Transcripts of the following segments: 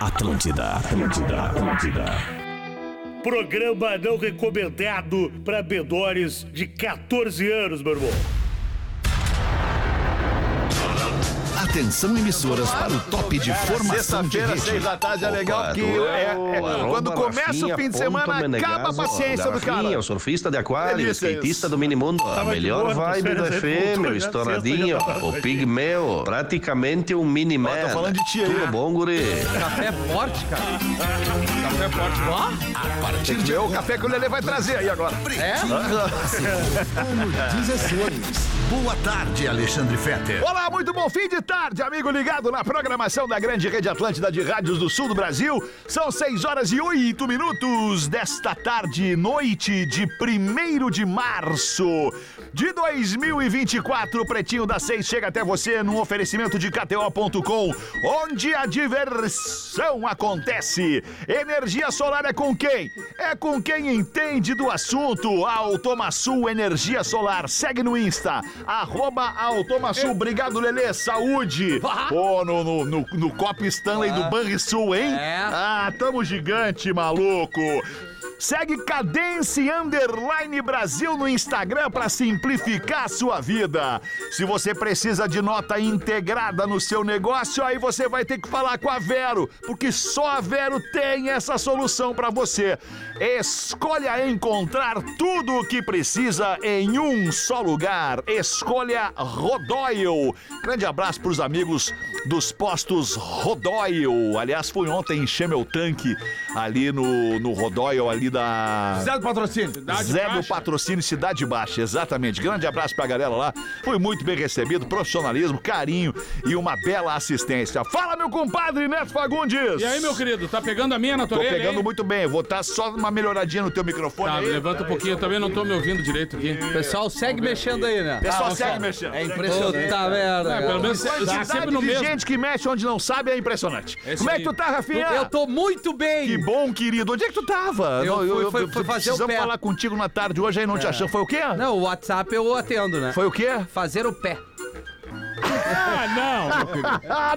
Atlântida, Atlântida, Atlântida. Programa não recomendado para bedores de 14 anos, meu irmão. Atenção emissoras para o top de formação de Sexta-feira, rede. seis da tarde é legal que é, é- quando começa o fim de semana acaba a paciência do cara. um O surfista de aquário, É o isso, é skatista isso. do minimundo. A Tava de boa melhor nas vibe do férias aí, FM, voltou, o já estouradinho, sexta, já tava o pigmeu, praticamente um mini Ó, tô falando de ti aí. né? Tudo bom, guri? Café forte, cara. Café forte. Ó, A partir de Meu, o café que o Lelê vai trazer aí agora. boa tarde, Alexandre Fetter. Olá, muito bom fim de tarde, amigo ligado na programação da grande rede Atlântida de rádios do sul do Brasil. São 6 horas e 8 minutos desta tarde, noite de 1 de março de 2024. O Pretinho da 6 chega até você num oferecimento de KTO.com, onde a diversão acontece. Energia solar é com quem? É com quem entende do assunto. Automaçul Energia Solar. Segue no Insta, arroba Automaçul. Obrigado, Lelê. Saúde. Pô, no, no, no, no copo Stanley do Banrisul, hein? É. Ah, tamo gigante, maluco. Segue Cadence Underline Brasil no Instagram para simplificar a sua vida. Se você precisa de nota integrada no seu negócio, aí você vai ter que falar com a Vero, porque só a Vero tem essa solução para você. Escolha encontrar tudo o que precisa em um só lugar. Escolha Rodoil. Grande abraço para os amigos dos postos Rodoil. Aliás, fui ontem encher meu tanque ali no, no Rodoil, ali da. Zé do patrocínio. Dá de Zé do caixa. Patrocínio Cidade Baixa, exatamente. Grande abraço pra galera lá. Foi muito bem recebido, profissionalismo, carinho e uma bela assistência. Fala, meu compadre Neto Fagundes! E aí, meu querido, tá pegando a minha na tua Tô orelha, pegando hein? muito bem, vou estar só uma melhoradinha no teu microfone Tá, aí. levanta um pouquinho, eu também não tô me ouvindo direito aqui. Pessoal, segue mexendo aí, né? Pessoal, segue só. mexendo. É Tá impressionante. Puta merda. É, cara. pelo menos A eu tô quantidade sempre no de mesmo. gente que mexe onde não sabe é impressionante. É isso Como é aí. que tu tá, Rafinha? Eu tô muito bem. Que bom, querido. Onde é que tu tava? Eu Não, fui- fui- fui fazer o precisamos pé. É. falar contigo na tarde hoje, aí não te achamos. Foi o quê? Não, o WhatsApp eu atendo, né? Foi o quê? Fazer o pé. Ah, não! Ah,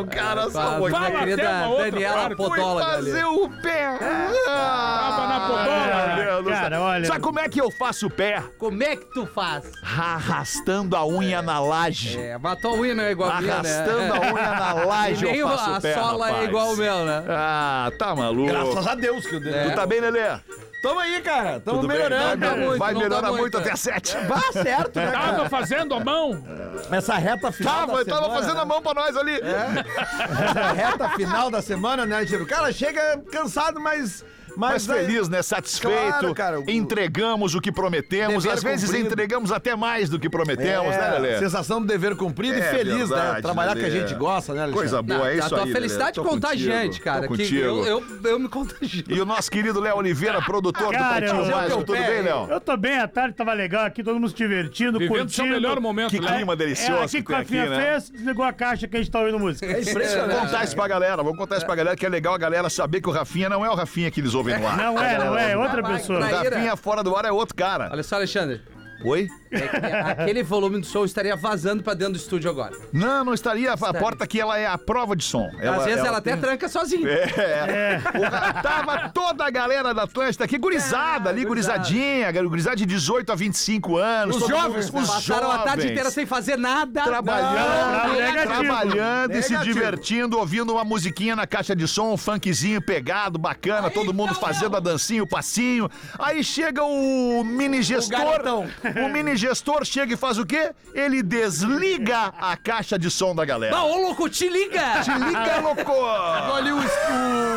não, cara, só Fala, vou fala, minha querida até uma outra, Daniela claro. é Fui Podóloga ali. fazer o pé. Tava na Ah, podola. meu Deus do cara, céu. olha. Sabe como é que eu faço o pé? Como é que tu faz? Arrastando a unha na laje. É, matou a tua unha não é igual a minha, né? Arrastando a unha na laje, E nem eu faço a o pé, sola rapaz. é igual o meu, né? Ah, tá maluco. Graças a Deus que o Dedé. Tu tá bem, Lelê? Tamo aí, cara. Tamo Tudo bem? melhorando. Vai, Não dá muito, vai não dá melhorar muito, muito, é. até sete. Tá certo, né, cara? Tava Ah, fazendo a mão? Essa reta final Tava, da semana. tava fazendo a mão pra nós ali. É. Essa reta final da semana, né, Giro? O cara chega cansado, mas... Mas Mas, é- aí- feliz, né? Satisfeito. Claro, cara, o- Entregamos o que prometemos. Dever Às vezes cumprido. entregamos até mais do que prometemos, né, É, Lelê? sensação do dever cumprido e É feliz, né? verdade, Trabalhar Lelê. que a gente gosta, né, Alexandre? Coisa boa, Não, é isso a tua aí, Lelê. felicidade Tô contagiante, contigo, cara. tô Que contigo. eu, eu, eu me contagio. E o nosso querido Léo Oliveira, produtor Cara, do Pretinho eu- Básico. Tudo bem, Léo? Eu tô bem, a tarde tava legal aqui, todo mundo se divertindo, Vivendo curtindo. seu melhor momento, Que né? clima É, delicioso aqui que com tem a aqui, minha né? fez, É. desligou a caixa que a gente tá ouvindo música. É É, Vamos contar isso pra galera, vamos contar isso pra galera, que é legal a galera saber que o Rafinha não é o Rafinha que eles ouvem no ar. Não é, não é, é outra Vai, pessoa. O vai. Rafinha fora do ar é outro cara. Olha só, Alexandre. Oi? é que aquele volume do som estaria vazando pra dentro do estúdio agora. Não, não estaria. A porta aqui ela é a prova de som. Às vezes ela, até tranca sozinha. É. O Ra- tava toda a galera da Atlântida aqui, gurizada É, ali, gurizada. gurizadinha, gurizada de 18 a 25 anos. Os todo mundo- jovens, né? os Passaram a tarde jovens. inteira sem fazer nada. Trabalhando, Não, negativo. trabalhando e se Negativo. divertindo, ouvindo uma musiquinha na caixa de som, um funkzinho pegado, bacana, todo mundo fazendo a dancinha, o passinho. Aí chega o mini gestor. garotão. O, mini gestor chega e faz o quê? Ele desliga a caixa de som da galera. Não, Tá, ô louco, te liga! Te liga, louco! Olha o, es-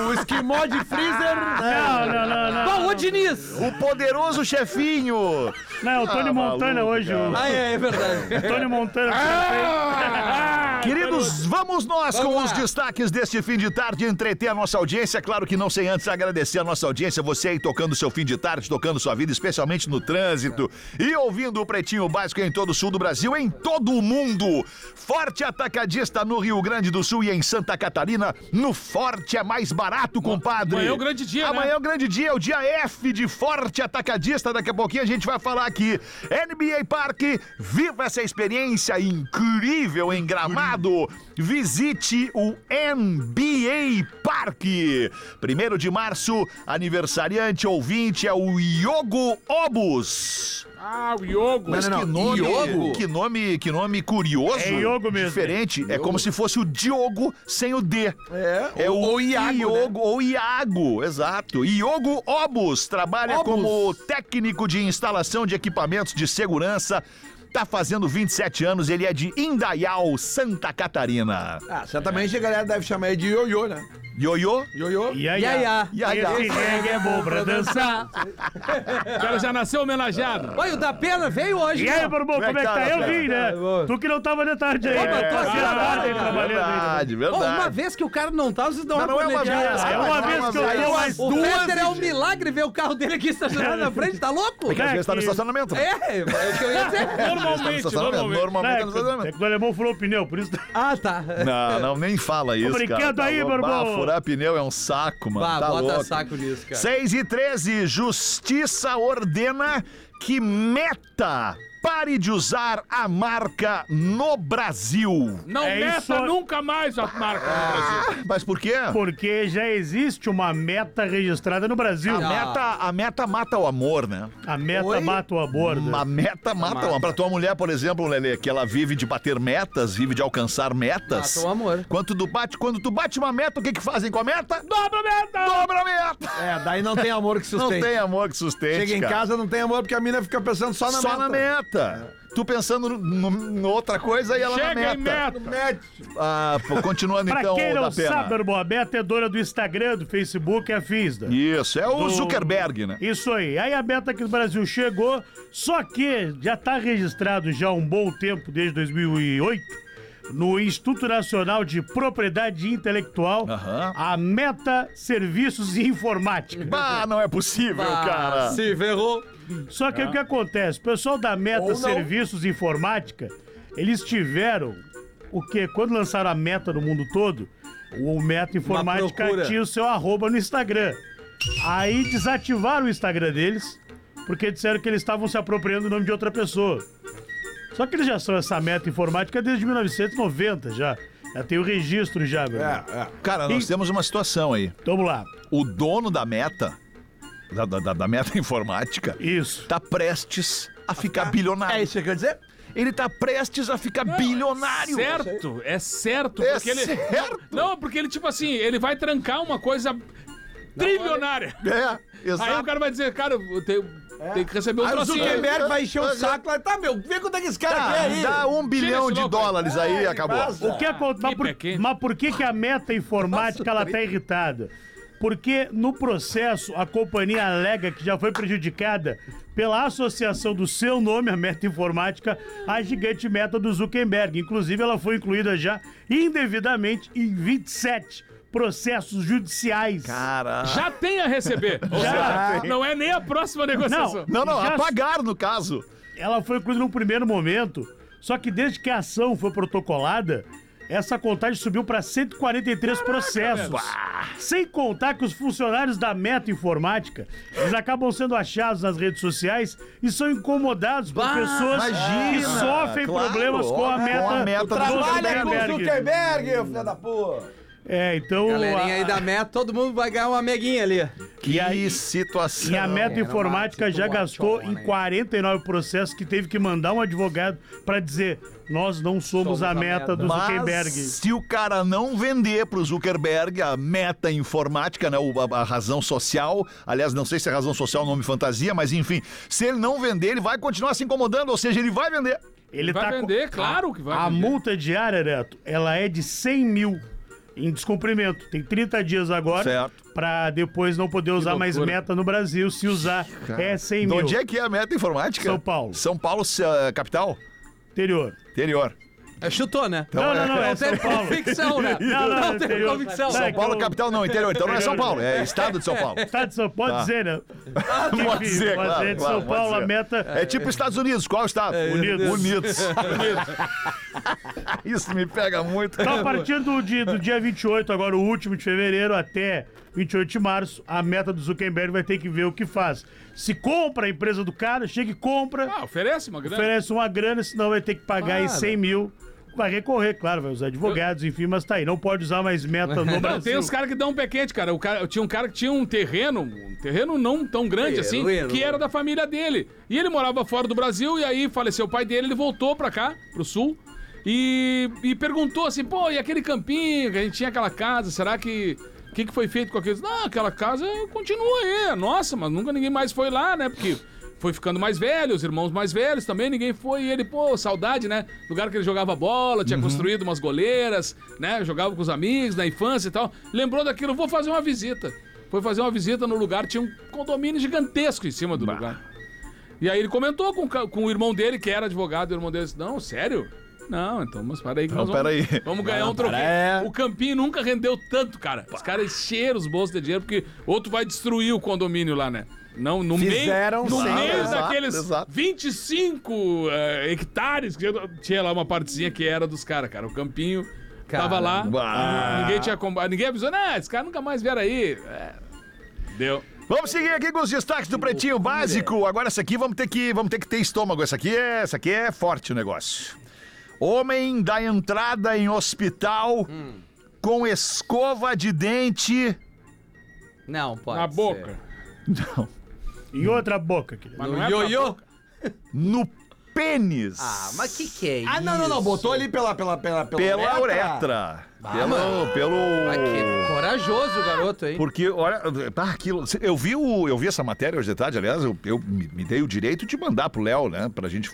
o esquimó de freezer. né? Não, não, não, não. Bom, ô Diniz! O poderoso chefinho! Não, é o Tony Ah, Montana hoje. o- Ah, é, é verdade. O Tony Montana. Queridos, vamos nós Vamos com lá. os destaques deste fim de tarde entreter a nossa audiência. Claro que não sem antes agradecer a nossa audiência, você aí tocando seu fim de tarde, tocando sua vida, especialmente no trânsito e ouvindo o Pretinho Básico em todo o sul do Brasil, em todo o mundo. Forte Atacadista no Rio Grande do Sul e em Santa Catarina, no Forte é mais barato, compadre. amanhã é o grande dia, né? Amanhã é o grande dia, é o dia F de Forte Atacadista. Daqui a pouquinho a gente vai falar aqui. NBA Parque, viva essa experiência incrível em Gramado. Colorado. Visite o NBA Parque. 1 de março, aniversariante ouvinte é o Iogo Obus. Ah, o Iogo. Mas que nome, Iogo? que nome, que nome curioso. É Iogo mesmo. Diferente. É como se fosse o Diogo sem o D. É, o ou né? Iago, Iogo ou Iago, exato. Iogo Obus trabalha Obus. como técnico de instalação de equipamentos de segurança. Tá fazendo 27 anos, ele é de Indaial, Santa Catarina. Ah, certamente a galera deve chamar ele de ioiô, né? Ioiô? Ioiô. E aí? Iaiá. E aí, Esse reggae é bom tá? pra dançar. O cara já nasceu homenageado. Oi, o da pena veio hoje. E né? aí, meu irmão, como é que tá? Eu vim, né? Tu que não tava de tarde aí. Tá Ô, mas tô aqui Vira a barra aí, na trabalhando ainda. Verdade, Ô, uma verdade. vez que o cara não tá, vocês dão uma não é uma corneteada. vez, É cara. uma vez que eu Aí tenho eu mais O duas. Fetter é um milagre ver o carro dele aqui estacionado na frente, tá louco? Porque às vezes tá no que- estacionamento. né? É, é o que eu ia dizer. Tá no Normalmente, estacionamento. normalmente. Normalmente tá no É, estacionamento. é que o alemão furou o pneu, por isso. Ah, tá. Não, não, nem fala isso, brincando cara. Tá aí, louco. meu irmão. Bah, Furar pneu é um saco, mano. Bah, tá bota louco. saco nisso, cara. 6 e 13, Justiça ordena que meta pare de usar a marca no Brasil. Não É meta isso. nunca mais a marca Ah, no Brasil. Mas por quê? Porque já existe uma meta registrada no Brasil. A Ah. meta, a meta mata o amor, né? A meta Oi? mata o abordo. A meta mata o amor. Pra tua mulher, por exemplo, Lelê, que ela vive de bater metas, vive de alcançar metas. Mata o amor. Quando tu bate, quando tu bate uma meta, o que que fazem com a meta? Dobra a meta! Dobra a meta! É, daí não tem amor que Não sustente. tem amor que sustente, Chega em cara. casa, não tem amor, porque a mina fica pensando só na Só meta. na meta. É. Tu pensando no- no- em outra coisa e ela Chega na meta. em meta! Né? Ah, pô, continuando Pra então, quem ô, não da pena. sabe, meu irmão, a meta é dona do Instagram, do Facebook, é a Fisda. Isso, é o Do- Zuckerberg, né? Isso aí. Aí a meta aqui no Brasil chegou, só que já está registrado já há um bom tempo, desde 2008, no Instituto Nacional de Propriedade Intelectual, Aham. a Meta Serviços e Informática. Bah, não é possível, Ah, cara. Se ferrou. Só que o que acontece? O pessoal da Meta Serviços e Informática, eles tiveram o quê? Quando lançaram a Meta no mundo todo, o Meta Informática procura. tinha o seu arroba no Instagram. Aí desativaram o Instagram deles, porque disseram que eles estavam se apropriando do nome de outra pessoa. Só que eles já são essa Meta Informática desde 1990 já. Já tem o registro já, meu. irmão. Cara, nós temos uma situação aí. Vamos lá. O dono da meta, da, da- da- da meta informática, Isso. tá prestes a ficar bilionário. É isso que eu quero dizer? Ele tá prestes a ficar bilionário. Certo, é certo, É porque ele. certo. Não, porque ele, tipo assim, ele vai trancar uma coisa trilionária. É, Aí o exato. É. cara vai dizer, cara, eu tenho, tem que receber um Aí o trocinho. aí. Zuckerberg vai encher o saco lá. Tá, meu, vê quanto é que esse cara quer aí. Dá um bilhão esse de louco aí. dólares aí, acabou. O que acon- mas, que por, pequeno. mas por que, que a meta informática ela tá irritada? Porque no processo a companhia alega que já foi prejudicada pela associação do seu nome à meta informática à gigante meta do Zuckerberg. Inclusive, ela foi incluída já indevidamente em 27 processos judiciais. Cara. Já tem a receber. Ou Já seja, não é nem a próxima negociação. Não, não, Já- apagaram no caso. Ela foi incluída num primeiro momento, só que desde que a ação foi protocolada, essa contagem subiu para 143 processos. Sem contar que os funcionários da Meta Informática, eles acabam sendo achados nas redes sociais e são incomodados por pessoas que imagina, sofrem claro, problemas com a com meta, a meta do Trabalha com o Zuckerberg, filha da porra. É, então Galerinha aí a, da meta, todo mundo vai ganhar uma meguinha ali. Que aí- situação. e a Meta Informática já gastou em 49 processos que teve que mandar um advogado para dizer nós não somos, a meta, do Zuckerberg. Mas se o cara não vender pro Zuckerberg a meta informática, né, o- a, a razão social, aliás, não sei se é razão social ou nome fantasia, mas enfim, se ele não vender, ele vai continuar se incomodando, ou seja, ele vai vender. Ele vai tá com- vender, claro que vai A vender. multa diária, Neto, ela é de 100 mil em descumprimento. Tem 30 dias agora Certo. pra depois não poder usar mais loucura. meta no Brasil. Se usar, é 100 De mil. onde é que é a meta informática? São Paulo. São Paulo, se- eh, capital? Interior. Interior. É, Chutou, né? Então não, não, não, é Não São teve Paulo. convicção, né? Não, não, Não teve interior. convicção. Não, é São que Paulo, eu- capital não, interior. Então não é São Paulo, é estado de São Paulo. Estado de São Paulo, pode dizer, né? Tá. Pode Enfim, ser, pode claro, dizer, de claro, São pode Paulo, ser. a meta... É, É tipo Estados Unidos, qual estado? Unidos. Unidos. Isso me pega muito. Então, a partir do, di- do dia 28, agora o último de fevereiro, até 28 de março, a meta do Zuckerberg vai ter que ver o que faz. Se compra a empresa do cara, chega e compra, Ah, oferece uma grana. oferece uma grana, senão vai ter que pagar aí 100 mil Vai recorrer, claro, vai os advogados, enfim, mas tá aí. Não pode usar mais meta no Não, tem Brasil. os caras que dão um pé quente, cara. O cara. Tinha um cara que tinha um terreno, um terreno não tão grande assim, Terreno. que era da família dele. E ele morava fora do Brasil, e aí faleceu o pai dele, ele voltou pra cá, pro sul, e, e perguntou assim, pô, e aquele campinho que a gente tinha aquela casa, será que. O que, que foi feito com aquilo? Não, aquela casa continua aí, é nossa, mas nunca ninguém mais foi lá, né? Porque foi ficando mais velho, os irmãos mais velhos também, ninguém foi. E ele, pô, saudade, né? Lugar que ele jogava bola, tinha construído umas goleiras, né? Jogava com os amigos na infância e tal. Lembrou daquilo, vou fazer uma visita. Foi fazer uma visita no lugar, tinha um condomínio gigantesco em cima do lugar. E aí ele comentou com, o ca- com o irmão dele, que era advogado, e o irmão dele disse, não, sério? Não, então, mas peraí que Não, nós vamos, peraí. vamos ganhar um troquinho. O campinho nunca rendeu tanto, cara. Os caras encheram os bolsos de dinheiro, porque outro vai destruir o condomínio lá, né? Não, no Fizeram meio, no sem- meio Exato, daqueles exato. 25 eh, hectares, que tinha lá uma partezinha que era dos caras, cara. O campinho tava lá, Bah. ninguém tinha combate, ninguém avisou, né? Esse cara nunca mais vieram aí. É, deu. Vamos seguir aqui com os destaques do Pretinho Básico. Agora essa aqui vamos ter que, vamos ter que ter estômago. Essa aqui é, essa aqui é forte o negócio. Homem dá entrada em hospital com escova de dente. Não, pode Na ser. boca. Não. Em outra boca, querido. Mas No não é pra ioiô? No pênis. Ah, mas que que é isso? Ah, não, não, não. Botou ali pela. Pela, pela, Pela uretra. pelo. pelo... Ah, que corajoso o garoto, hein? Porque, olha, tá aquilo. Eu vi, o, eu vi essa matéria hoje de tarde, aliás, eu, eu me me dei o direito de mandar pro Léo, né? Pra gente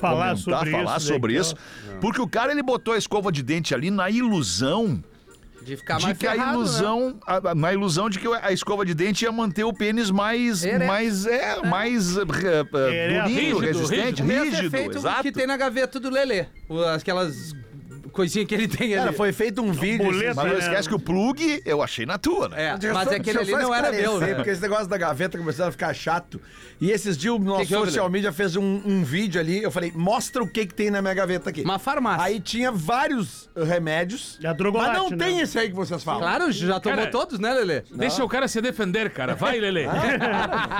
Falar sobre falar isso, sobre né, isso. Porque o cara ele botou a escova de dente ali na ilusão De ficar de mais que a ferrado, né? ilusão. a- a- na ilusão de que a escova de dente ia manter o pênis mais. Ereto. mais. É, mais. É, é, Ereto. durinho, Rígido, resistente, rígido. Devia ter rígido. feito o exato. que tem na gaveta do Lelê. O- Aquelas coisinhas que ele tem ali. Cara, foi feito É um vídeo. Boleta, Mas não né? esquece que o plug eu achei na tua, né? É, Deixa eu mas só- aquele deixa ali eu só não era esclarecer, meu, né? Porque esse negócio da gaveta começou a ficar chato. E esses dias o nosso Que que houve, social Léo? media fez um, um vídeo ali. Eu falei, mostra o que, que tem na minha gaveta aqui. Uma farmácia. Aí tinha vários eh, remédios. É a Drogolate, mas não né? tem esse aí que vocês falam. Claro, já tomou Cara, todos, né, Lelê? Deixa o cara se defender, cara. Vai, Lele. Ah,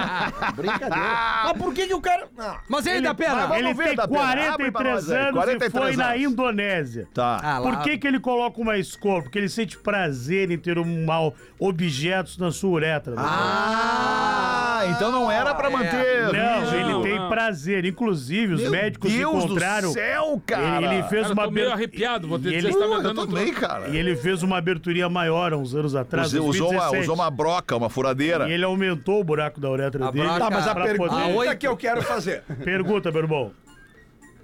Brincadeira. mas por que, que o cara. Ah, Mas e aí, da pena? Vamos Ele ver, tem Datena, abre pra 43 nós aí, anos e 43 foi na anos. Indonésia. Tá. Ah, lá. Por que, que ele coloca uma escova? Porque ele sente prazer em ter um mal objetos na sua uretra. né? Ah, então não era É. pra manter. não, rígido. ele tem prazer. Inclusive, os Meu médicos Deus encontraram. do céu, cara. ele, ele fez Cara, eu uma tô meio abertu- arrepiado, vou ter e que ele, dizer, tá me Pô, eu dando também, cara. e ele fez uma aberturia maior há uns anos atrás. Usou- usou, uma, 2017. usou uma broca, uma furadeira. E ele aumentou o buraco da uretra A dele. broca- tá, mas a pra pergunta Ah, poder- Ah, oito. que eu quero fazer. Pergunta, meu irmão.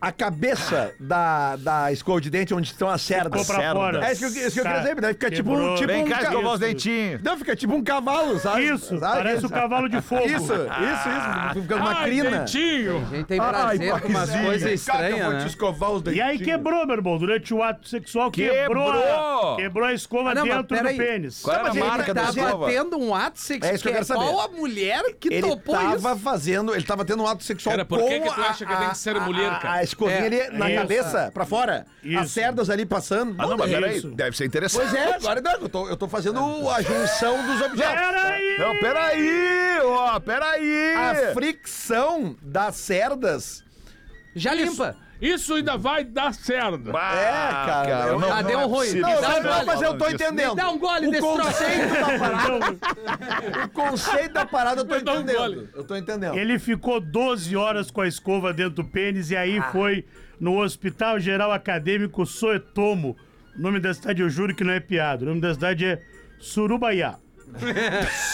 A cabeça da, da escova de dente onde estão as Ficou cerdas. pra cerda. fora. É isso que eu, isso que eu Tá. queria dizer, daí fica tipo, um- Quebrou. tipo né? Vem um cá ca- escovar os isso. dentinhos. Não, fica tipo um cavalo, sabe? Isso, Sabe? parece o cavalo de fogo. Isso, isso, isso. Fica uma Ai, crina. dentinho. A gente tem prazer com umas coisinha. coisas Caca, estranhas, eu vou né? te escovar os E dentinhos. aí quebrou, meu irmão. Durante o ato sexual, quebrou, Quebrou! a, quebrou a escova Ah, não, mas dentro do peraí. pênis. Qual é? era a Mas ele marca da tava escova? tendo um ato sexual. É isso que eu quero saber. Qual a mulher que Ele topou tava isso? fazendo, ele tava tendo um ato sexual Cara, por com que que tu a- acha que tem que ser a- mulher, a- cara? A escovinha É, ali na isso. cabeça, pra fora. As Isso. cerdas ali passando. Ah, não, mas peraí, Isso. deve ser interessante. Pois é, agora não, eu tô, eu tô fazendo a junção dos objetos. Peraí! Não, peraí, ó, peraí. A fricção das cerdas. Já limpa. Isso ainda vai dar certo. Bah, É, cara, eu- Ah, deu é ruim. possível. Não, Não, dá um mas- gole. mas eu tô entendendo. Dá um gole O desse troço aí. conceito da parada, o conceito da parada eu tô Mas dá um entendendo. gole. Eu tô entendendo. Ele ficou 12 horas com a escova dentro do pênis e aí foi no Hospital Geral Acadêmico Soetomo. O nome da cidade, eu juro que não é piada. O nome da cidade é Surubaiá.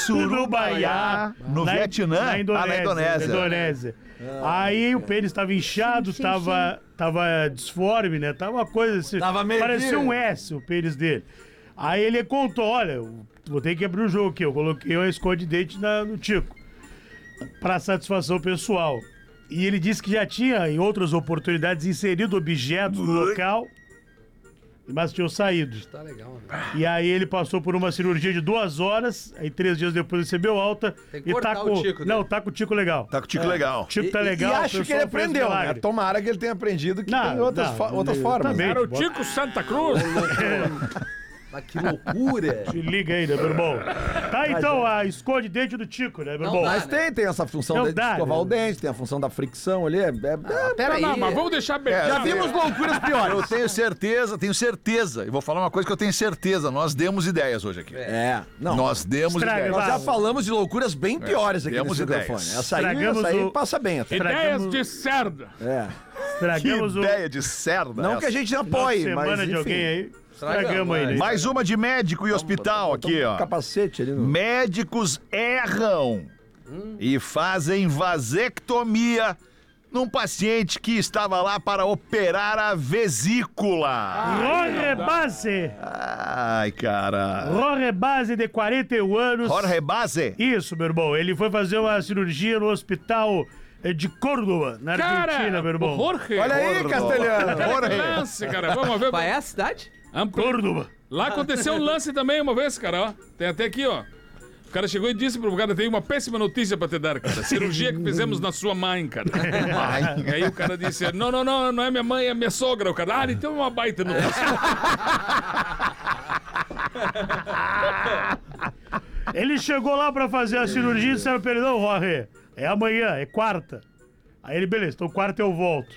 Surubaiá. No Vietnã? Ah, Na na Indonésia. Indonésia. na Indonésia. Aí o pênis estava inchado, tava, tava disforme, né? Tava uma coisa assim. Tava meio- Parecia um S o pênis dele. Aí ele contou: olha, eu vou ter que abrir o jogo aqui. Eu coloquei uma escova de dente na- no Tico. Pra satisfação pessoal. E ele disse que já tinha, em outras oportunidades, inserido objetos no local, mas tinham saído. Tá legal, né? E aí ele passou por uma cirurgia de duas horas, aí três dias depois recebeu alta. Tem que e cortar tá o com. tico né? dele. Não, tá com o Tico legal. Tá com o tico legal. O Tico tá E- legal. E o acho que ele pessoal fez aprendeu, né? milagre. Tomara que ele tenha aprendido que Não, tem outras, não, fo- outras eu formas. também. Era o Tico Santa Cruz. Mas que loucura. Te liga aí, né, meu irmão. Tá então a escova de dente do Tico, né, meu Não irmão? dá, é. Mas tem, tem essa função Não de de dá, escovar né? o dente, tem a função da fricção ali. É, Ah, é- é- Pera aí. Não, mas vamos deixar bem. Já vimos loucuras piores. É, Eu tenho certeza, tenho certeza. E vou falar uma coisa que eu tenho certeza. Nós demos ideias hoje aqui. É, não. Nós, Nós demos Estraga, ideias. vai. já falamos de loucuras bem piores aqui Temos nesse ideias. microfone. Essa aí, Estragamos essa aí o- passa bem até. Ideias Tragamos- de cerda. É. Que Estragamos o ideia de cerda. Não essa. que a gente não nossa apoie, mas. semana de enfim. alguém aí. Estragamos Estragamos, aí, né? Mais uma de médico e hospital Botou um aqui, ó. Capacete ali no. Médicos erram e fazem vasectomia num paciente que estava lá para operar a vesícula. Jorge Base! Ai, cara. Jorge Base, de 41 anos. Jorge Base. Isso, meu irmão. Ele foi fazer uma cirurgia no hospital eh, de Córdoba, na Argentina, Cara, meu o irmão. Jorge. Olha aí, Castelhano! Cara, que lance, cara. Vamos ver. Qual é a cidade? Ampli- Córdoba. Lá aconteceu um lance também uma vez, cara, ó. Tem até aqui, ó. O cara chegou e disse pro cara, tem uma péssima notícia pra te dar, cara. Cirurgia que fizemos na sua mãe, cara. E aí o cara disse, não, não, não, não é minha mãe, é minha sogra. O cara, ah, então é uma baita notícia. Ele chegou lá pra fazer a cirurgia e disseram pra ele, não, Jorge, é amanhã, é quarta. Aí ele, beleza, então quarta eu volto.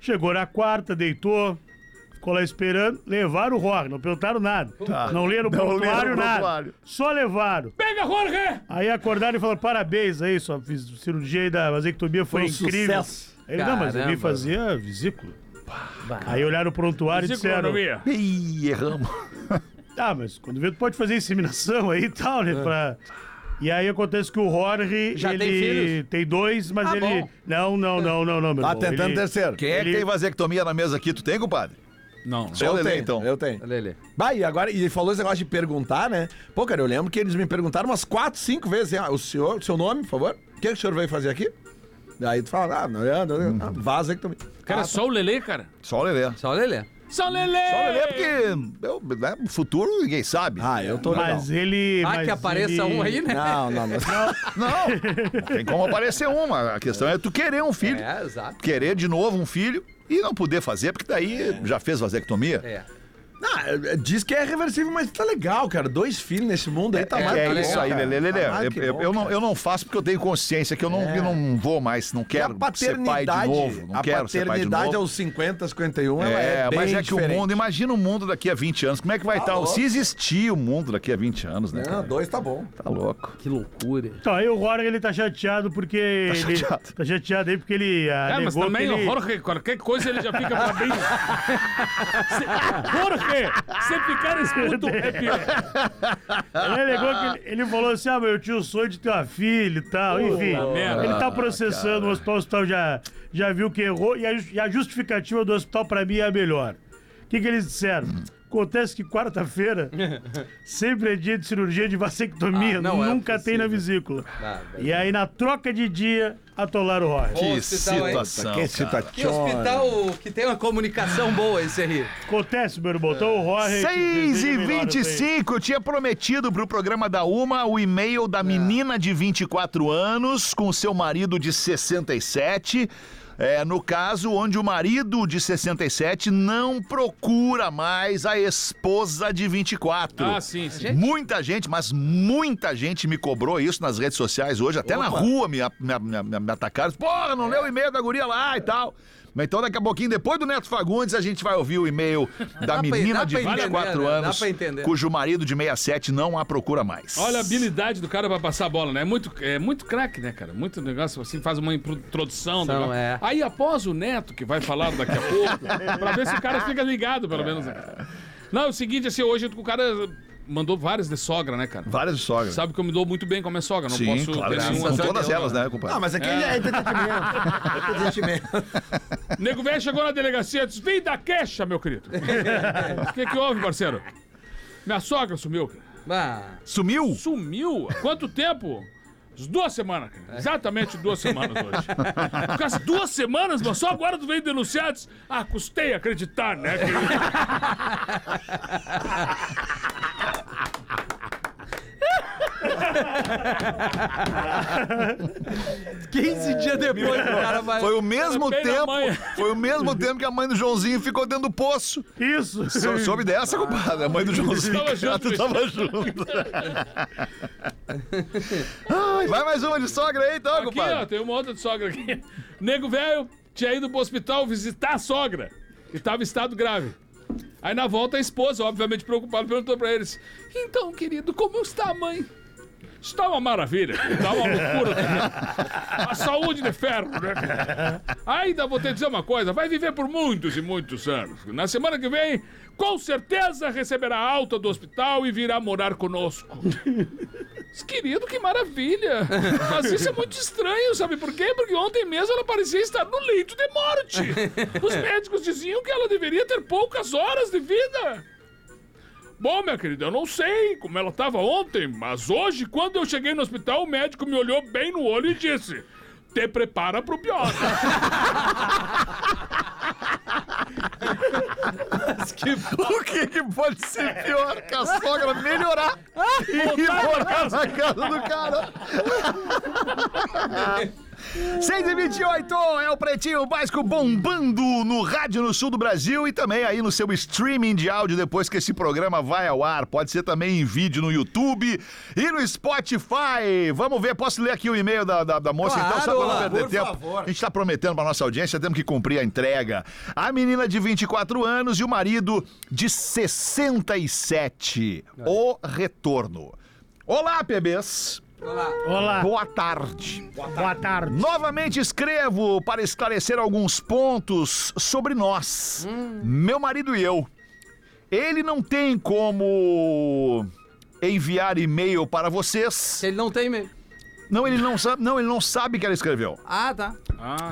Chegou na quarta, deitou, ficou lá esperando, levaram o Jorge, não perguntaram nada. Não leram o leram prontuário, o nada. prontuário. Só levaram. Pega, Jorge! Aí acordaram e falaram, parabéns aí, sua vis- cirurgia aí da vasectomia foi, Foi um incrível. sucesso. Ele, não, mas eu vim Caramba. fazer a vesícula. Aí olharam o prontuário e disseram, Economia. Ih, erramos. ah, mas quando vê, tu pode fazer inseminação aí e tal, É. né? pra- E aí acontece que o Jorge, Já ele tem filhos? tem dois, mas Ah, ele... bom. Não, não, não, não, não, meu Tá irmão. tentando Ele- terceiro. Quem é que Ele- tem vasectomia na mesa aqui? Tu tem, compadre? Não. Só o Lelê, tenho, então. Eu tenho. Lele. Bah, e agora, e ele falou esse negócio de perguntar, né? Pô, cara, eu lembro que eles me perguntaram umas quatro, cinco vezes, assim, ah, o senhor, seu nome, por favor? O que, que o senhor veio fazer aqui? Daí tu fala, ah, não, não, não, Uhum. não, vaza aí que também. Cara, só o Lelê, cara. Só o Lelê. Só Ah, Lele. Só o Lelê! Só o Lelê, porque eu, né, o futuro ninguém sabe. Ah, eu tô legal. Mas ele... Ah, mas que apareça ele- um aí, né? Não, não, não. Não, tem como aparecer uma. A questão é tu querer um filho. É, exato. Querer de novo um filho e não poder fazer, porque daí já fez vasectomia. É. Não, diz que é reversível, mas tá legal, cara. Dois filhos nesse mundo aí tá É, mais é que isso bom, aí, cara. Lelê, Lelê. Tá mais eu, que eu- bom, eu não, cara. É. eu não faço porque eu tenho consciência que eu não, eu não vou mais, não E quero a ser pai paternidade, de novo. Não a quero ser pai de paternidade novo. aos 50, 51, ela É, é, bem mas é que diferente. Tá o mundo, imagina o mundo daqui a 20 anos, como é que vai estar? louco. Se existir o mundo daqui a 20 anos, né? Não, cara? dois tá bom. Tá louco. Que loucura. Então, aí o Jorge, ele tá chateado porque... Tá ele... chateado. Tá chateado aí porque ele ah, É, Cara, mas negou também que ele... o Jorge, qualquer coisa ele já fica pra bem. Jorge, se ficar escuto, é pior. Ele alegou que ele, ele falou assim: ah, meu tio, o sonho de ter uma filha e tal. Enfim, merda. ele tá processando, o hospital, o hospital já, já viu que errou e a, ju- e a justificativa do hospital pra mim é a melhor. O que, que eles disseram? Acontece que quarta-feira sempre é dia de cirurgia de vasectomia, Ah, não é nunca tem na possível. vesícula. Ah, velho. e aí, na troca de dia, atolaram o Roger. Que hospital, hein? situação. Que né? cara. situação. um Que hospital que tem uma comunicação boa esse aí. Acontece, meu irmão. Então o Roger. 6 e 25, eu tinha prometido pro programa da Uma o e-mail da menina de 24 anos com seu marido de 67. É, no caso, onde o marido de 67 não procura mais a esposa de 24. Ah, sim, sim. Muita gente, mas muita gente me cobrou isso nas redes sociais hoje, até na rua me, me, me- me atacaram. Porra, É. não leu o e-mail da guria lá e tal. Mas então daqui a pouquinho, depois do Neto Fagundes, a gente vai ouvir o e-mail da pra- menina dá de pra entender, 24 né? Dá anos, pra entender. cujo marido de 67 não a procura mais. Olha a habilidade do cara pra passar a bola, né? É muito, é muito craque, né, cara? Muito negócio assim, faz uma introdução. do São, negócio. é. Aí após o Neto, que vai falar daqui a pouco, pra ver se o cara fica ligado, É. pelo menos. Né? cara? Não, é o seguinte, assim, hoje o cara mandou várias de sogra, né, cara? Várias sogras. Sabe que eu me dou muito bem com a minha sogra, não Sim, posso claro. ter que sim. nenhuma. Com razão todas nenhuma. elas, né, compadre? Ah, mas aquele é, é entretenimento. É entretenimento. Nego velho chegou na delegacia e disse: Vem da queixa, meu querido. O que, que houve, parceiro? Minha sogra sumiu, cara. Ah, Sumiu? Sumiu? Há quanto tempo? As Duas semanas, cara. Exatamente duas semanas hoje. Com as duas semanas, mas só agora tu veio denunciar. diz, Ah, custei acreditar, né? querido?" 15 dias depois É, o cara vai. Foi o mesmo Bem na tempo. manhã. Foi o mesmo tempo que a mãe do Joãozinho ficou dentro do poço. Isso. Só soube dessa, compadre. A mãe do Joãozinho. cara, Ah. Tava junto, tu tava junto. Ai, vai mais uma de sogra aí, então, Aqui, ó, tá. compadre. tem uma outra de sogra aqui. Nego velho tinha ido pro hospital visitar a sogra, que tava em estado grave. Aí na volta a esposa, obviamente preocupada, perguntou pra eles: Então, querido, como está a mãe? Está uma maravilha, está uma loucura. A saúde de ferro, né? Ainda vou te dizer uma coisa: vai viver por muitos e muitos anos. Na semana que vem, com certeza receberá alta do hospital e virá morar conosco. Querido, que maravilha! Mas isso é muito estranho, sabe por quê? Porque ontem mesmo ela parecia estar no leito de morte. Os médicos diziam que ela deveria ter poucas horas de vida. Bom, minha querida, eu não sei como ela estava ontem, mas hoje, quando eu cheguei no hospital, o médico me olhou bem no olho e disse: Te prepara pro pior. O que, que pode ser pior que a sogra melhorar e ir morar na casa do cara? 6h28 é o Pretinho Básico bombando no rádio no sul do Brasil e também aí no seu streaming de áudio depois que esse programa vai ao ar. Pode ser também em vídeo no YouTube e no Spotify. Vamos ver, posso ler aqui o e-mail da, da, da moça então, só pra não Claro, perder por tempo? favor. A gente tá prometendo pra nossa audiência, temos que cumprir a entrega. A menina de 24 anos e o marido de 67. O retorno. Olá, bebês. Olá. Boa tarde. Boa tarde. Novamente escrevo para esclarecer alguns pontos sobre nós, meu marido e eu. Ele não tem como enviar e-mail para vocês. Ele não tem meio. Não, ele não sabe, não, ele não sabe que ela escreveu. Ah, tá.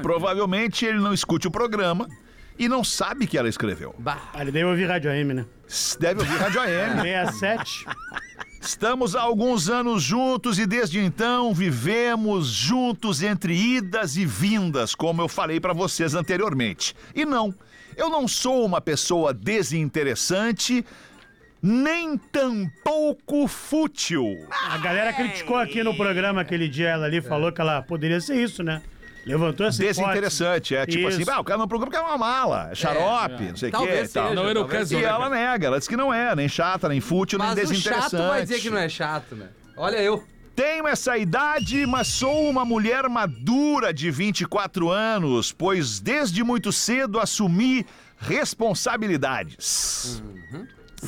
Provavelmente ele não escute o programa e não sabe que ela escreveu. Ah, ele deve ouvir Rádio AM, né? Deve ouvir Rádio AM. 67. Estamos há alguns anos juntos e desde então vivemos juntos entre idas e vindas, como eu falei para vocês anteriormente. E não, eu não sou uma pessoa desinteressante, nem tampouco fútil. A galera criticou aqui no programa aquele dia ela ali, falou que ela poderia ser isso, né? Levantou essa hipótese. Desinteressante, é tipo Isso. assim, ah, o cara não procura porque é uma mala, é xarope, não sei o que Talvez e tal. seja, Não era o talvez caso, E né, ela cara? nega, ela diz que não é, nem chata, nem fútil, nem Mas o chato desinteressante. vai dizer que não é chato, né? Olha eu. Tenho essa idade, mas sou uma mulher madura de 24 anos, pois desde muito cedo assumi responsabilidades.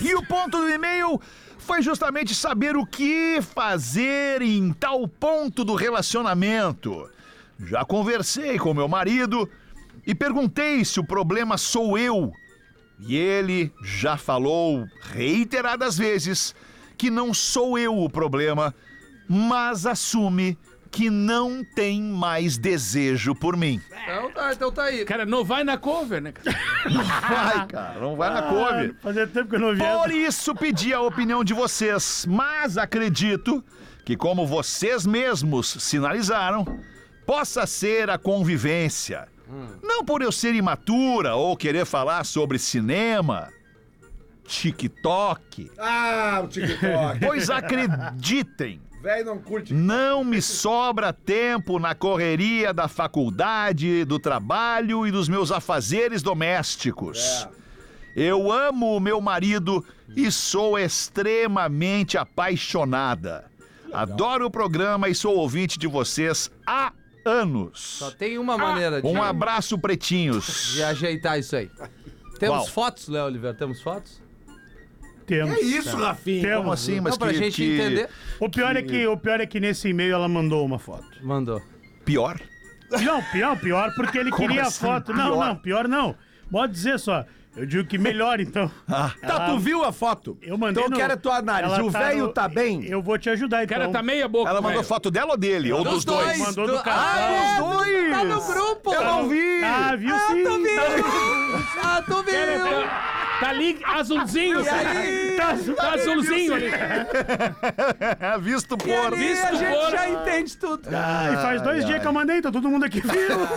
E o ponto do e-mail foi justamente saber o que fazer em tal ponto do relacionamento. Já conversei com meu marido e perguntei se o problema sou eu e ele já falou reiteradas vezes que não sou eu o problema, mas assume que não tem mais desejo por mim. Então tá, então tá aí. Cara, não vai na cover, né? cara? Vai, cara, não vai na Ah, couve. Fazia tempo que eu não via. Por isso pedi a opinião de vocês, mas acredito que, como vocês mesmos sinalizaram, possa ser a convivência. Não por eu ser imatura ou querer falar sobre cinema, TikTok. Ah, o TikTok. Pois acreditem, Velho não curte. não me sobra tempo na correria da faculdade, do trabalho e dos meus afazeres domésticos. É. Eu amo o meu marido e sou extremamente apaixonada. Adoro o programa e sou ouvinte de vocês há Só anos. tem uma maneira de, Um abraço, pretinhos. de ajeitar isso aí. Temos Qual? fotos, Léo Oliveira? Temos fotos? Temos. é Isso, Rafinha. Temos. Como assim, mas não, pra que, gente que- entender. O pior é que o pior é que nesse e-mail ela mandou uma foto. Mandou. pior? Não, pior, pior porque ele Como queria assim, a foto. Não, pior? não, pior não. Pode dizer só. Eu digo que melhor então. Tá, tu viu a foto? Eu mandei Então eu no- quero a tua análise. Ela O velho no- tá bem? Eu vou te ajudar O então. cara tá meia boca. Ela mandou é? velho. foto dela ou dele? Ou Um dos dois? Mandou do Do- casal. Ah, é, Tá no grupo. Eu não vi! Ah, viu Ah, sim. tô vendo. Ah, tô vendo. Tá ali azulzinho. E aí? Tá, tá azulzinho ali. É Visto E por. ali a Visto gente por- já entende tudo. tá E faz dois dias que eu mandei, tá todo mundo aqui viu.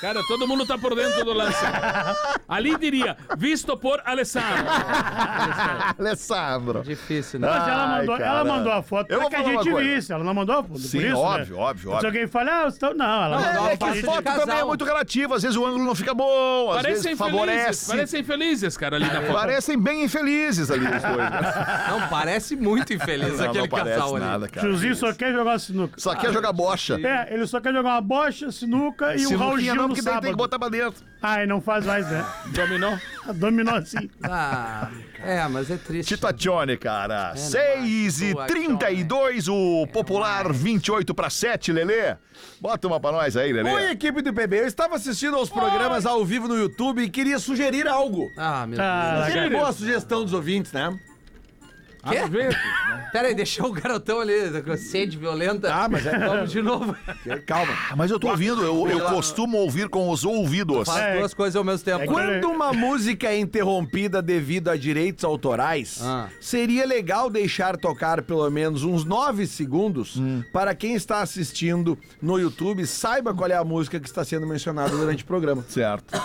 Cara, todo mundo tá por dentro do lance. Ali diria, visto por Alessandro. Alessandro. Difícil, né? Mas ela Ai, mandou, ela cara. mandou a foto pra Eu vou que a falar uma gente coisa. visse. Ela não mandou por, Sim, por isso, óbvio, né? óbvio, Se óbvio. alguém fala, ah, você tá... não, ela mandou. É, é que Fala a de foto casal. também é muito relativa. Às vezes o ângulo não fica bom, às Parecem vezes favorece. É. felizes, parecem felizes, cara, ali na foto. Parecem bem infelizes ali os dois. né? Não, parece muito infeliz Não, aquele não parece casal ali. nada, cara. Tiozinho só quer jogar sinuca. Só quer jogar bocha. É, ele só quer jogar uma bocha, sinuca e Se o Raul não tinha Gil não, no que daí tem que sábado. botar pra dentro. Ai, não faz mais, né? Dominou. Dominou assim. Ah, é, mas é triste. Tito Tione, É, cara. 6 e Tito 32, É o popular 28 para 7, Lelê. Bota uma pra nós aí, Lelê. Oi, equipe do PB. Eu estava assistindo aos programas ao vivo no YouTube e queria sugerir algo. Ah, meu Ah, Sempre boa a sugestão dos ouvintes, né? Deus. Quê? Pera aí, deixou o garotão ali com sede violenta. Ah, mas é- Vamos de novo. Calma. Ah, mas eu tô ouvindo, eu, eu costumo ouvir com os ouvidos. Faz É. duas coisas ao mesmo tempo. É que- Quando Né? uma música é interrompida devido a direitos autorais, Ah. seria legal deixar tocar pelo menos uns 9 segundos Hum. para quem está assistindo no YouTube saiba qual é a música que está sendo mencionada durante o programa. Certo.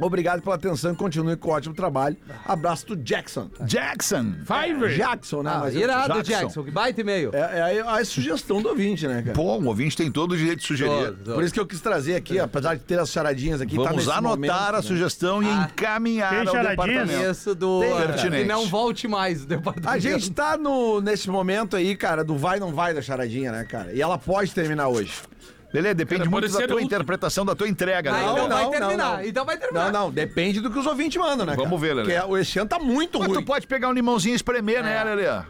Obrigado pela atenção e continue com o ótimo trabalho. Abraço do Jackson. Jackson. Fiverr. Jackson, né? Ah, Mas eu- irado, Jackson. Jackson. que baita e meio. É, é a, a sugestão do ouvinte, né, cara? Pô, o ouvinte tem todo o direito de sugerir. Por isso que eu quis trazer aqui, apesar de ter as charadinhas aqui, tá Vamos nesse anotar momento, a né? sugestão e encaminhar Tem ao charadinha? departamento. Isso do. Tem, é, pertinente. que não volte mais do departamento. A gente tá no, nesse momento aí, cara, do vai não vai da charadinha, né, cara? E ela pode terminar hoje. Lelê, depende Cara, pode muito da ser tua útil. interpretação, da tua entrega, Ah, né? então Não, vai não, terminar. não, não. Então vai terminar. Não, não, depende do que os ouvintes mandam, né? Vamos cara? ver, Lelê. Porque o esse ano tá muito Mas tu ruim. pode pegar um limãozinho e espremer, Ah. né, Lelê?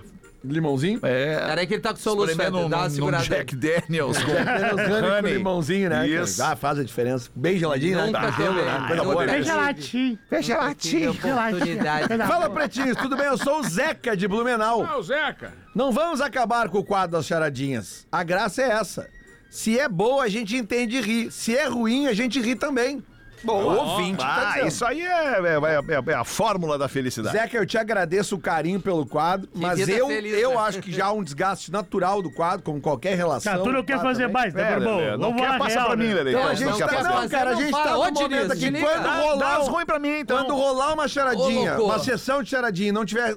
Limãozinho? É. Cara, é que ele tá com soluço, Espremer velho. num, Dá uma num segurada. Jack Daniels com é Com honey. limãozinho, né? cara? Isso. Ah, faz a diferença. Bem geladinho, né? Nunca Com gelo, tomei. né? Coisa Nunca boa, né? tomei. Veja latim. Fecha lá, Tive tio. oportunidade. Fala, pretinhos, tudo bem? Eu sou o Zeca de Blumenau. Ah, o Zeca. Não vamos acabar com o quadro das charadinhas. A graça é essa. Se é boa, a gente entende e ri. Se é ruim, a gente ri também. Bom, ouvinte, tá Ah, dizendo. isso aí é, é- é- é a fórmula da felicidade. Zeca, eu te agradeço o carinho pelo quadro, mas Tá. vida eu, feliz, eu né? acho que já há um desgaste natural do quadro, como qualquer relação. Cara, tu não do quer quadro fazer também. mais, É, tá bom? Lelê, não Vamos lá, quer passar real, pra né? mim, Lelê. Então É, a gente não quer tá. quer passar. Não, cara, a gente Não tá fala. no Ô, momento Diniz, aqui. Diniz, tá, Quando dá- um dá rolar. as ruim pra mim, então. Quando rolar uma charadinha, Ô, louco. uma sessão de charadinha e não tiver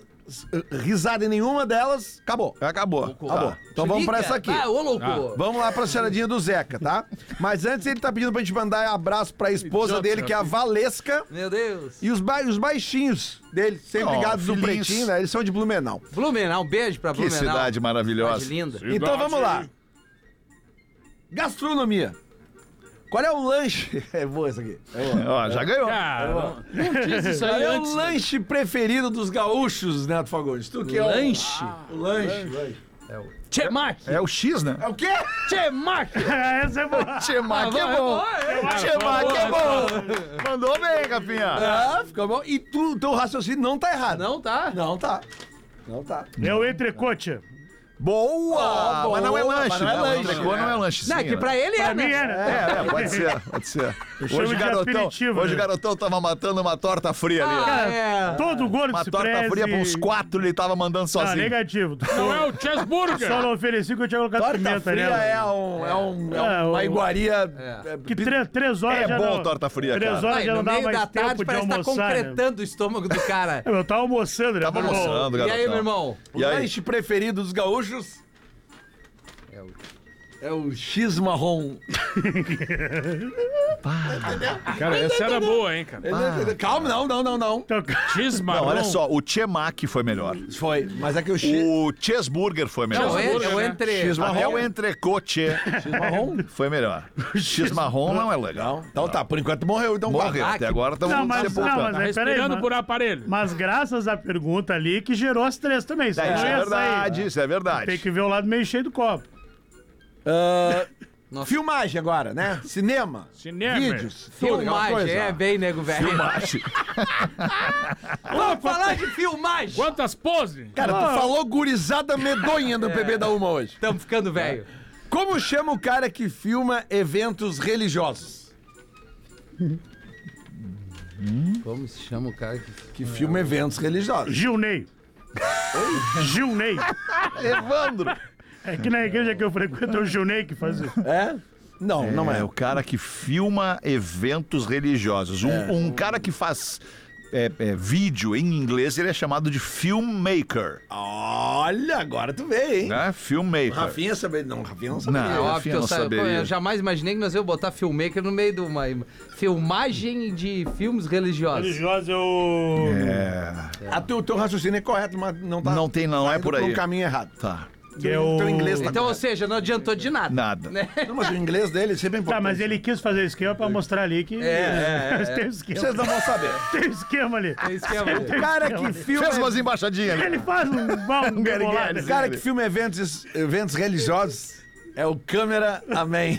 eh, risada em nenhuma delas, acabou. Acabou. Acabou. Tá. Então vamos pra Liga. essa aqui. Ah, ô louco. Vamos lá pra charadinha do Zeca, tá? Mas antes ele tá pedindo pra gente mandar abraço pra esposa dele, que é a Valesca. Meu Deus. E os, ba- os baixinhos dele, Oh, sempre ligados no filhinhos. pretinho, né? Eles são de Blumenau. Blumenau, um beijo pra Que Blumenau. cidade maravilhosa. Cidade linda. Então vamos lá. Gastronomia. Qual é o lanche? É boa isso aqui. É boa. Ó, já ganhou. Cara, não disse isso Qual aí é o antes. lanche preferido dos gaúchos, Neto Fagundes? Tu que é o- Lanche? O lanche. Tchemac. É o X, né? É o quê? Tchemac. Essa é Ah, boa. Tchemac é bom. Tchemac é bom. Mandou bem, Capinha. Ah, fica bom. E tu, teu raciocínio não tá errado. Não tá? Não tá. Não tá. É o entrecote. Boa! Oh, mas não é boa, lanche, mas não é né? lanche, O entrecô né? não é lanche, sim. Não, é que né? pra ele é, Pra mim né? era. É, é, pode ser, pode ser. chamo Hoje o de garotão, aperitivo, hoje o né? garotão tava matando uma torta fria ali. Ah, é. Todo gordo Uma se torta preze. fria pra uns quatro ele tava mandando Ah, sozinho. negativo. Não é o Só Chessburger. não ofereci que eu tinha colocado Torta pimenta fria nela. é, um, é, um, é um- né? É, o- uma iguaria. é, Que pi- três, três horas É já bom não, torta fria, Três cara. horas Aí, já no não dá meio da mais tempo tarde de parece que tá almoçar. né? concretando o estômago do cara. Eu tava almoçando, né? Tava Bom, almoçando, E garotão. aí, meu irmão? O E aí? lanche preferido dos gaúchos É o- é o X marrom. Cara, essa era boa, hein, cara. Calma, não, não, não, não. então, Chismarrom. Não, olha só, o Tchemac foi melhor. Foi, mas é que o X. O Cheeseburger foi melhor. Não, é, Chesburger, eu né? entrei. X Até marrom. o entrecote marrom. foi melhor. X marrom não é legal. Então tá, por enquanto morreu, então Morreu. Ah, Até que- agora não, estamos mas, não, mas sepultando. é, peraí, Tá Respirando mas- por aparelho. Mas graças à pergunta ali que gerou as três também. senão Isso não é ia verdade, sair. isso é Tem verdade. que ver o lado meio cheio do copo. Ah, Nossa. Filmagem agora, né? Cinema. Cinema. Vídeos. tudo, aquela Filmagem, coisa. é bem, nego velho. Filmagem. Vamos falar de filmagem. Quantas poses? Cara, tu falou gurizada medonha É. do PB da Uma hoje. Estamos ficando velho. Como chama o cara que filma eventos religiosos? É. Como se chama o cara que... Que filma eventos religiosos. Gilney. Gilney. Evandro. É que na igreja que eu frequento é o Gilney que faz isso. É? Não, não É é. o cara que filma eventos religiosos. Um, um cara que faz é, é, vídeo em inglês, ele é chamado de filmmaker. Olha, agora tu vê, hein? Né? Filmmaker. Rafinha sabe. Não, Rafinha não sabe. Não, É óbvio que Rafinha eu, não sa- pô, saberia. eu jamais imaginei que nós íamos botar filmmaker no meio de uma filmagem de filmes religiosos. Religiosa é eu. Ah, teu, teu raciocínio é correto, mas não tá. Não tem, não, tá é indo por aí. um caminho errado. Tá. Que é o... Teu inglês tá. Então, ou seja, não adiantou de nada. Nada. Né? Não, mas o inglês dele sempre então, é importante. Tá, mas ele quis fazer o esquema pra mostrar ali que. é, é. tem um esquema. Vocês não vão saber. Tem um esquema ali. É isso que é, mano. Tem um Cara esquema que ali. filma. Fez umas embaixadinhas ali. Ele faz um mal um bolado ali. Cara que filma eventos, eventos religiosos é o câmera amém.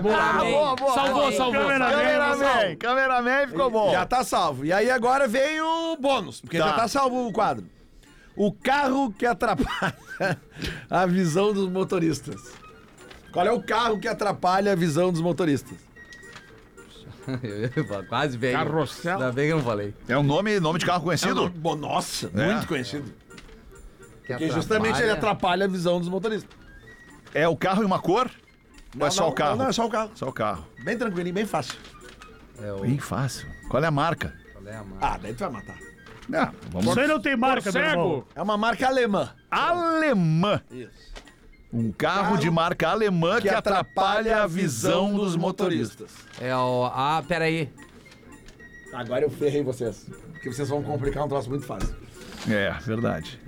Boa, boa, salvou, salvou. Cameraman, cameraman ficou bom. Já tá salvo. E aí agora vem o bônus, porque já tá salvo o quadro. O carro que atrapalha a visão dos motoristas. Qual é o carro que atrapalha a visão dos motoristas? Quase veio. Carrossel. Ainda bem que eu não falei. É um nome, nome de carro conhecido? É um Bom, nossa, É. muito conhecido. Que é Porque justamente ele é atrapalha a visão dos motoristas. É o carro e uma cor? Ou é só não, o carro? Não, não, é só o carro. Só o carro. Bem tranquilinho, bem fácil. É o... Bem fácil. Qual é a marca? qual é a marca? Ah, daí tu vai matar. Não, vamos Isso aí não tem marca, meu irmão. Cego. É uma marca alemã. Alemã. Isso. Um carro de marca alemã que atrapalha a visão dos motoristas. É o... Ah, peraí. Agora eu ferrei vocês. Porque vocês vão complicar um troço muito fácil. É, verdade.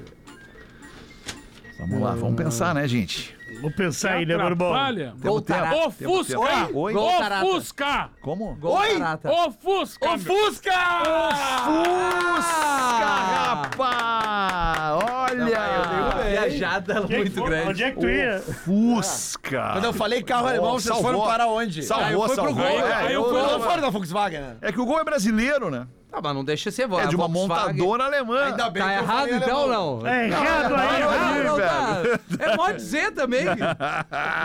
Vamos lá, vamos pensar, né, gente? Vou pensar aí, né, meu irmão? Atrapalha. Gol tarata. Ô, Fusca! Oi? Oi? Gol tarata. Ô, Fusca! Como? Gol tarata. Ô, Fusca! Ô, Fusca! Carrapa! Olha! Ah, Viajada muito grande. Onde é que tu ia? Fusca! Quando eu falei carro alemão, vocês salvou. foram para onde? Ah, eu Salvou, fui pro salvou. gol, É, aí eu eu- fui- Não foram da Volkswagen, né? é que o gol é brasileiro, né? Tá, mas não deixa ser voz. É de uma montadora alemã. Ainda bem Tá que eu errado falei então alemão. ou não? É errado aí, Não, errado. não tá. É mó dizer também.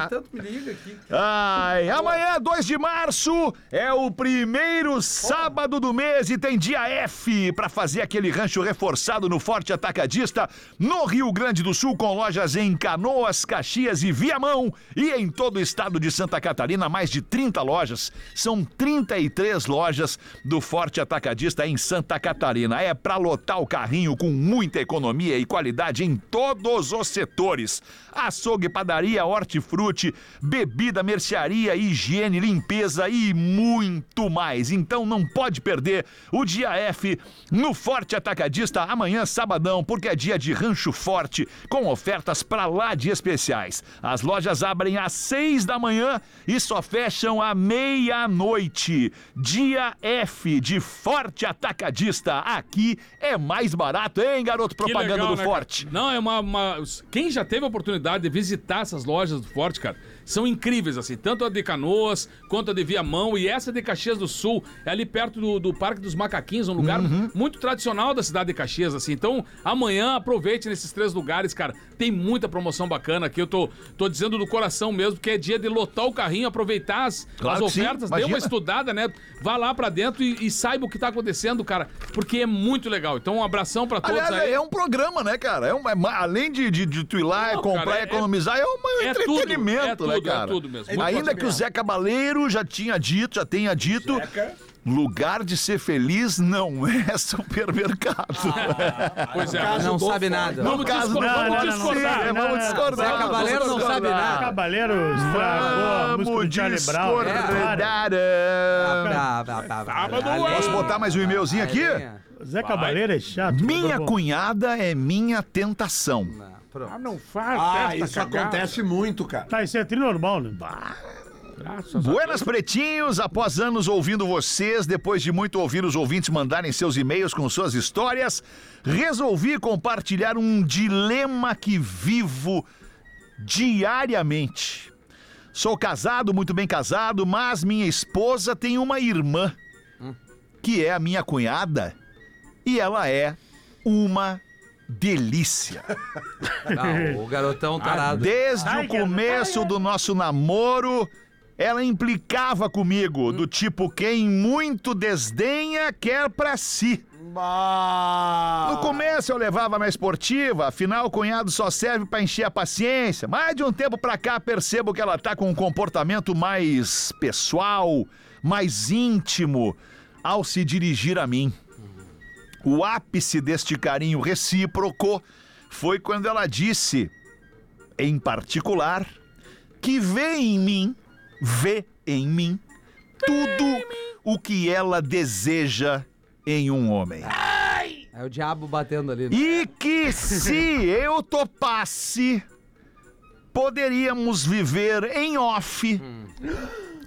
Tanto me liga aqui. Ai, amanhã, 2 de março, é o primeiro sábado do mês e tem dia F pra fazer aquele rancho reforçado no Forte Atacadista, no Rio Grande do Sul, com lojas em Canoas, Caxias e Viamão. E em todo o estado de Santa Catarina, mais de 30 lojas. São 33 lojas do Forte Atacadista em Santa Catarina. É pra lotar o carrinho com muita economia e qualidade em todos os setores. Açougue, padaria, hortifruti, bebida, mercearia, higiene, limpeza e muito mais. Então não pode perder o dia F no Forte Atacadista amanhã, sabadão, porque é dia de Rancho Forte, com ofertas pra lá de especiais. As lojas abrem às seis da manhã e só fecham à meia-noite. Dia F de Forte Atacadista. Aqui é mais barato, hein, garoto? Que Propaganda legal, do né, cara? Forte. Não, é uma, uma- Quem já teve a oportunidade de visitar essas lojas do Forte, cara, são incríveis, assim. Tanto a de Canoas, quanto a de Viamão. E essa de Caxias do Sul, é ali perto do, do Parque dos Macaquinhos, um lugar Uhum. muito tradicional da cidade de Caxias, assim. Então, amanhã, aproveite nesses três lugares, cara. Tem muita promoção bacana aqui. Eu tô, tô dizendo do coração mesmo, porque é dia de lotar o carrinho, aproveitar as, Claro as que sim, ofertas, dê uma imagina. estudada, né? Vá lá pra dentro e, e saiba o que tá acontecendo, cara, porque é muito legal. Então, um abração pra todos Aliás, aí. é um programa, né, cara? É um, é ma- além de, de, de tu ir lá, Não, comprar cara, e é- economizar, é um é entretenimento, tudo, né, é tudo, é cara? tudo mesmo. Muito Ainda que o Zé Cabaleiro já tinha dito, já tenha dito, lugar de ser feliz não é supermercado. Pois é. Não sabe nada. Vamos caso discordar, não, vamos não, não, discordar. não, É, não, vamos não. discordar. Zé Cabaleiro não vamos sabe discordar. nada. Cavaleiro estragou a música do Vamos Charlie Brown. né? Claro. discordar. É, Tá, tá, tá, tá. Sábado, Além- Posso botar mais um e-mailzinho aqui? Além- Zé Cabaleiro é chato. Minha Tá bom. cunhada é minha tentação. Não, pronto. não faz Ah, isso acontece muito, cara. Tá, isso é trinormal, né? Buenas pretinhos, após anos ouvindo vocês, depois de muito ouvir os ouvintes mandarem seus e-mails com suas histórias, resolvi compartilhar um dilema que vivo diariamente. Sou casado, muito bem casado, mas minha esposa tem uma irmã, que é a minha cunhada, e ela é uma delícia. Não, Tá o garotão tarado. Desde Ai, o que- começo do nosso namoro, ela implicava comigo, do tipo quem muito desdenha quer pra si. No começo eu levava na esportiva, afinal o cunhado só serve pra encher a paciência. Mas de um tempo pra cá percebo que ela tá com um comportamento mais pessoal, mais íntimo ao se dirigir a mim. O ápice deste carinho recíproco foi quando ela disse, em particular, que vê em mim, vê em mim, tudo o que ela deseja em um homem. É o diabo batendo ali. né? E que se eu topasse, poderíamos viver em off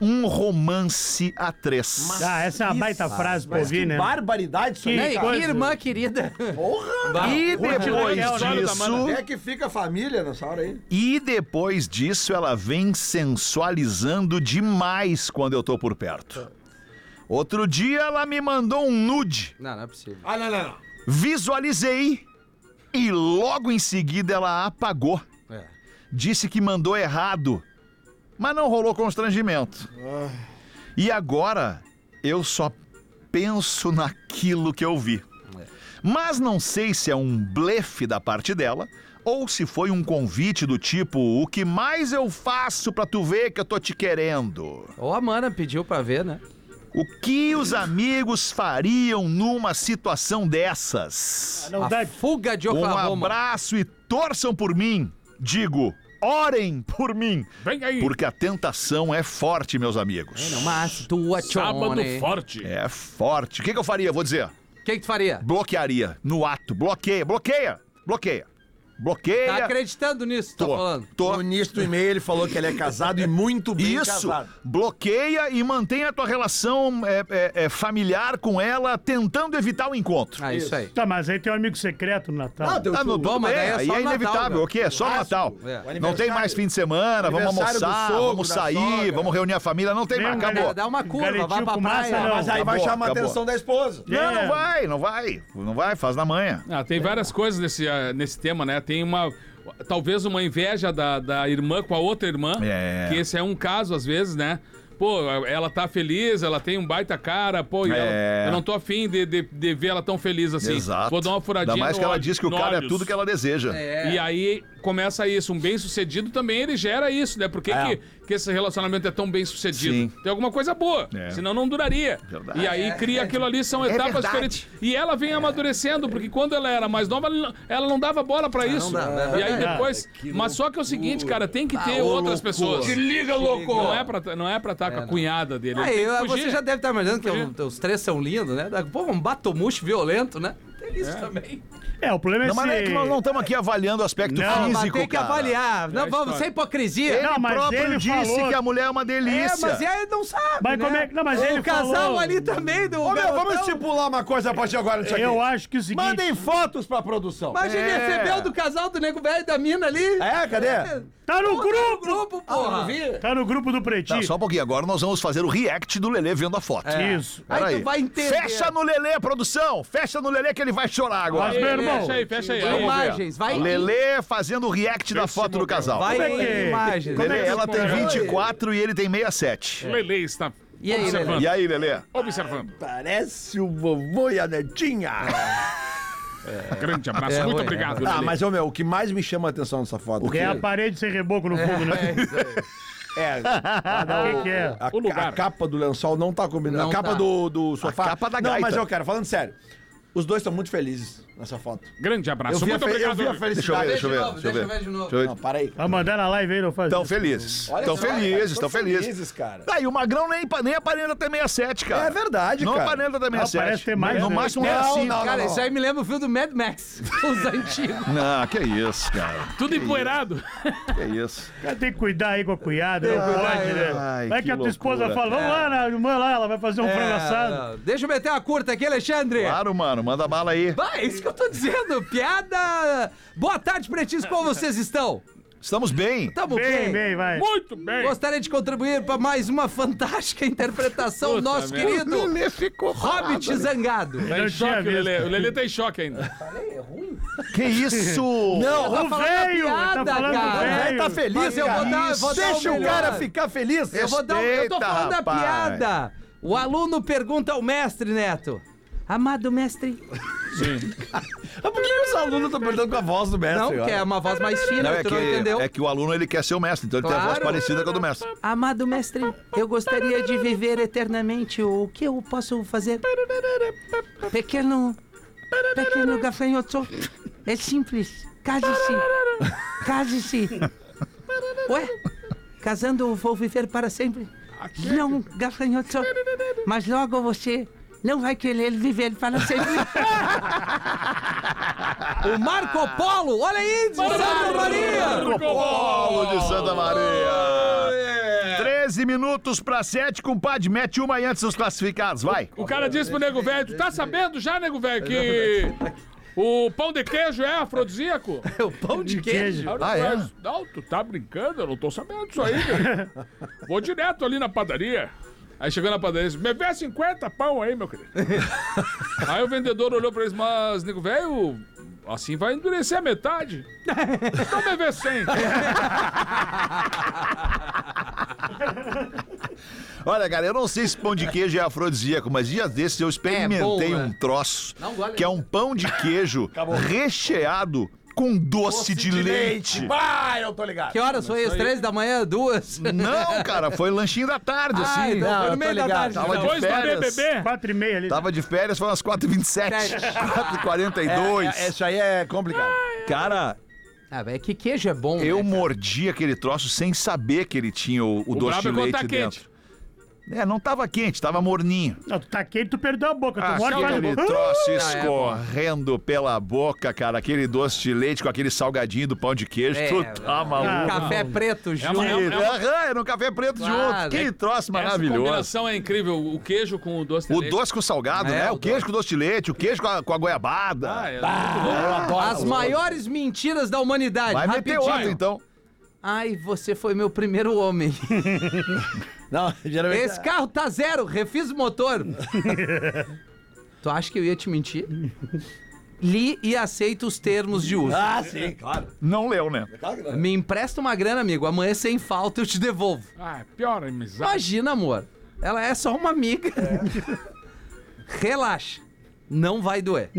um romance a três. Ah, essa é uma baita frase pra Mas que ouvir, né? barbaridade isso Que- aí, Ei, cara. que coisa. irmã querida. Porra! E depois Raquel, né? disso, É que fica a família nessa hora aí. e depois disso ela vem sensualizando demais quando eu tô por perto. Outro dia ela me mandou um nude, Não, não é possível. Ah, não, não, não. visualizei e logo em seguida ela apagou. É. disse que mandou errado, mas não rolou constrangimento. E agora eu só penso naquilo que eu vi. Mas não sei se é um blefe da parte dela ou se foi um convite do tipo: o que mais eu faço pra tu ver que eu tô te querendo? Ou a mana pediu pra ver, né? O que os amigos fariam numa situação dessas? Não dá A fuga de Um Oklahoma. abraço e torçam por mim. Digo, orem por mim. Vem aí. Porque a tentação é forte, meus amigos. Mas tua Sábado chone. O forte. É forte. O que, que eu faria? Vou dizer. que, que tu faria? Bloquearia. No ato. Bloqueia. Bloqueia. Bloqueia. Tá Bloqueia. acreditando nisso, tô, tô, tá falando. tô. No início do e-mail ele falou que ele é casado e muito bem Isso. casado. Bloqueia e mantém a tua relação é, é, é, familiar com ela, tentando evitar o encontro. Ah, isso aí. Tá, mas aí tem um amigo secreto no Natal. Ah, deu Ah, tudo. não, tudo Bom, mas bem. daí é Aí só é Natal, inevitável. né? O quê? É só Natal. É. O Não tem aniversário. mais fim de semana, vamos Aniversário do almoçar, sogro, vamos da sair, sogra. vamos reunir a família. Não tem Nem mais, um acabou. Dá uma curva, Galetinho vai pra com massa, praia. não. Mas aí vai Acabou, chamar a tá acabou. atenção da esposa. Não, É. não vai, não vai. Não vai, faz na manhã. Ah, tem várias coisas nesse, ah, nesse tema, né? Tem uma. Talvez uma inveja da, da irmã com a outra irmã. É. Que esse é um caso, às vezes, né? Pô, ela tá feliz, ela tem um baita cara, pô, e É. ela- eu não tô afim de, de, de ver ela tão feliz assim. Exato. Vou dar uma furadinha. Ainda mais no que ela olho- diz que o no cara é olhos. tudo que ela deseja. É, E aí começa isso. Um bem-sucedido também ele gera isso, né? Por que, que, que esse relacionamento é tão bem-sucedido? Sim. Tem alguma coisa boa, É. senão não duraria. Verdade. É. E aí cria aquilo ali, são etapas diferentes. E ela vem amadurecendo, porque quando ela era mais nova, ela não- ela não dava bola pra isso. dá, né? e aí Verdade. depois. Mas só que é o seguinte, cara, tem que ter outras pessoas. Te liga, louco! Não é pra, não é pra estar com a cunhada dele. ele Aí, tem que eu- fugir. você já deve estar imaginando que Fugir. os, os três são lindos, né? Daqui a pouco um batomucho violento, né? Tem isso também. É, o problema é Não, mas é esse... que nós não estamos aqui avaliando o aspecto Não, Ah, mas físico, tem que cara. É avaliar. Não, a vamos, história. sem hipocrisia. Ele Não, mas próprio ele disse falou- que a mulher é uma delícia. É, mas aí não sabe. Mas né? como é que- não, mas o ele casal falou- ali também do. Ô, meu, garotão. vamos estipular uma coisa a partir de agora nisso aqui. Eu acho que é o seguinte... Mandem fotos pra produção. Mas ele É. recebeu do casal do nego velho e da mina ali. É, cadê? Tá no Grupo, grupo! grupo porra. não vi? Tá no grupo do Tá, Pretinho. só um pouquinho. Agora nós vamos fazer o react do Lelê vendo a foto. Isso. Pera Aí tu vai entender. Fecha no Lelê, produção. Fecha no Lelê que ele vai chorar Mas, agora. meu irmão... Fecha aí, fecha aí. Vai aí. imagens, vai. Lelê fazendo o react da foto do casal. Vai Como é que- em imagens. como é Lelê, que- ela tem 24 e ele tem 67. Lele está E aí, Lelê? observando. E aí, Lelê? Observando. Parece o vovô e a netinha. Grande abraço. É, Muito ué, obrigado, Tá, Ah, Lelê. mas, ô meu, o que mais me chama a atenção nessa foto É a aqui parede sem reboco no fundo, né? é O que que é? a, O lugar. a capa do lençol não tá combinando. Não a capa tá. do, do sofá. capa da Não, gaita. mas eu quero, falando sério. Os dois estão muito felizes nessa foto. Grande Eu abraço. vi, a, Muito fe- eu obrigado. vi a Lelê. Deixa eu felicidade. ver, deixa eu ver. Tá, Deixa de novo, deixa eu ver. deixa eu ver de novo. Deixa eu Não, ver. para aí. Vai mandar na Tá live aí, não faz Estão isso. felizes. Olha Estão só, cara, felizes, estão tão felizes. felizes, cara. Tá, e o Magrão nem, nem aparenta ter 67, cara. É verdade, não cara. aparenta ter 67. parece ter mais, No né? máximo é Não, assim. não, Cara, isso aí me lembra o filme do Mad Max. Os antigos. Não, que isso, cara. Tudo empoeirado. Que isso. Cara, Tem que cuidar aí com a cunhada, não que cuidar, pode, né? ai, Vai que, que a tua esposa loucura, fala, vamos lá na irmã lá, ela vai fazer um frango assado. É, Deixa eu meter uma curta aqui, Alexandre. Claro, mano, manda bala aí. Vai, é isso que eu tô dizendo. Piada. Boa tarde, pretinhos. Como vocês estão? Estamos bem. Tamo Bem, bem, vai. Muito bem. Gostaria de contribuir para mais uma fantástica interpretação do Puta nosso merda. querido Hobbit Zangado. Tá em Não choque, tinha o visto. Lelê. O Lelê tá em choque ainda. Que isso? Não, O velho! Tá falando É. do O velho. velho tá feliz, Mas eu cara. vou dar- eu vou dar Deixa o o, melhor. cara ficar feliz. Eu vou dar um, Eu tô Respeita, falando a rapaz. piada. O aluno pergunta ao mestre, Neto. Amado mestre. Mas por que os alunos estão perguntando com a voz do mestre? Não, olha? que é uma voz mais fina, Não, é tu que, não entendeu. é que o aluno ele quer ser o mestre, então ele tem a voz Claro. parecida com a do mestre. Amado mestre, eu gostaria de viver eternamente. O que eu posso fazer? Pequeno. Pequeno gafanhoto. É simples. Case-se. Case-se. Ué? Casando vou viver para sempre. Não, gafanhoto. Mas logo você não vai querer viver para sempre. o Marco Polo! Olha aí, de Santa Maria! Copolo de Santa Maria. 13 minutos pra 7, compadre. Mete uma aí antes dos classificados, vai. O cara disse é pro nego velho, né?" tu tá sabendo já, nego velho, que o pão de queijo é afrodisíaco? O pão de queijo. Ah, é? Não, tu tá brincando, eu não tô sabendo disso aí, velho. Vou direto ali na padaria. Aí chegou na padaria, disse, me vê 50 pão aí, meu querido. aí o vendedor olhou pra eles, mas, nego velho, assim vai endurecer a metade. Então me vê 100. Olha, cara, eu não sei se pão de queijo é afrodisíaco, mas dias desses eu experimentei É bom, um né? troço Não vale que é ainda. um pão de queijo recheado com doce, de, leite. Vai, eu tô ligado. Que horas foi? Às três da manhã? Duas? Não, cara, foi lanchinho da tarde, Ah, assim. então não, foi no eu tô meio da ligado. tarde. Tava então. de Depois do férias. BBB. É. Quatro e meia ali. Tava de férias, foi umas 4h27, Sete. 4h42. É, isso aí é complicado. Cara, Ah, velho, que queijo é bom, eu né? mordi aquele troço sem saber que ele tinha o, o O doce de brabo é quando leite tá dentro. quente. É, não tava quente, tava morninho. Não, tu tá quente, tu perdeu a boca. Tu Ah, morde e faz- Aquele Ah! troço é bom. escorrendo pela boca, cara. Aquele doce de leite com aquele salgadinho do pão de queijo. É, tu tá é. maluco. Café preto, junto. uma- Ah, é uma- Aham, era um café preto Claro. de outro. Que troço Essa maravilhoso. combinação é incrível, o queijo com o doce de O leite. doce com salgado, É, né? o O queijo doce. com doce de leite, o queijo com a, com a goiabada. Ah, é. As maiores mentiras da humanidade. Vai meter outro, Rapidinho. então. Ai, você foi meu primeiro homem. Não, geralmente. é- Esse carro tá zero, refiz o motor. tu acha que eu ia te mentir? Li e aceito os termos de uso. Ah, sim, claro. Não leu, né? Me empresta uma grana, amigo. Amanhã sem falta eu te devolvo. Ah, é pior amizade. Imagina, amor. Ela é só uma amiga. Relaxa. Não vai doer.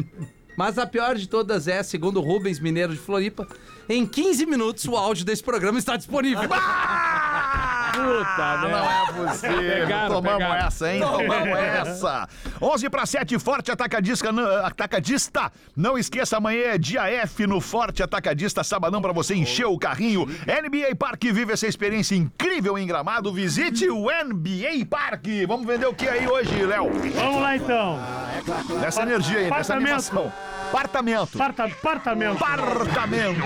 Mas a pior de todas é, segundo o Rubens Mineiro de Floripa, em 15 minutos o áudio desse programa está disponível. Ah, Puta, né? Não é possível. Pegaram, Tomamos pegaram. essa, hein? Tomamos essa. 11 para 7, Forte Atacadista. não- Atacadista. Não esqueça, amanhã é dia F no Forte Atacadista. Sabadão para você encher o carrinho. NBA Parque vive essa experiência incrível em Gramado. Visite o NBA Parque. Vamos vender o que aí hoje, Léo? Vamos lá então. Nessa energia aí, nessa Apartamento. animação. Apartamento. Parta, apartamento. Apartamento.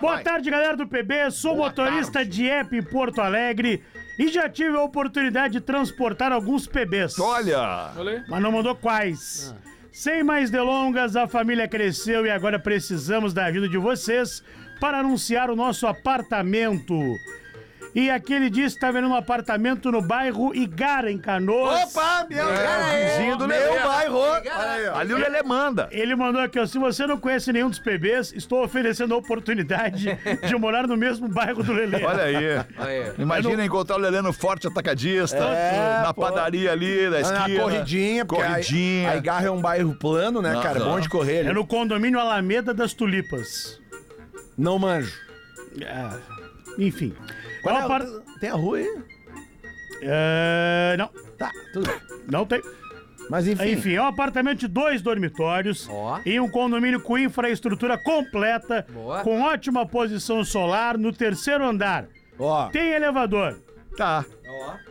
Boa tarde, galera do PB. Sou motorista de app Porto Alegre e já tive a oportunidade de transportar alguns PBs. Olha. Olha. Mas não mandou quais. Sem mais delongas, a família cresceu e agora precisamos da ajuda de vocês para anunciar o nosso apartamento. E aqui ele disse que tá vendo um apartamento no bairro Igara, em Canoas. Opa, meu, Vizinho do meu Lelê. bairro. Olha aí, ó. Ali o Lelê manda. Ele mandou aqui, ó, se você não conhece nenhum dos PBs, estou oferecendo a oportunidade de morar no mesmo bairro do Lelê. Olha aí. Olha aí. Imagina encontrar o Lelê no Forte Atacadista, na padaria ali, na Na esquina. Ah, corridinha, porque Corridinha. A, a Igarra é um bairro plano, né, cara? Bom de correr É ali. no condomínio Alameda das Tulipas. Não manjo. Enfim. um Qual Ó, é a- par- Tem a rua aí? É, não, Tá, tudo bem. não tem. Mas enfim. Enfim, é um apartamento de dois dormitórios Ó. e um condomínio com infraestrutura completa, Boa. com ótima posição solar no terceiro andar. Ó, Tem elevador. Tá.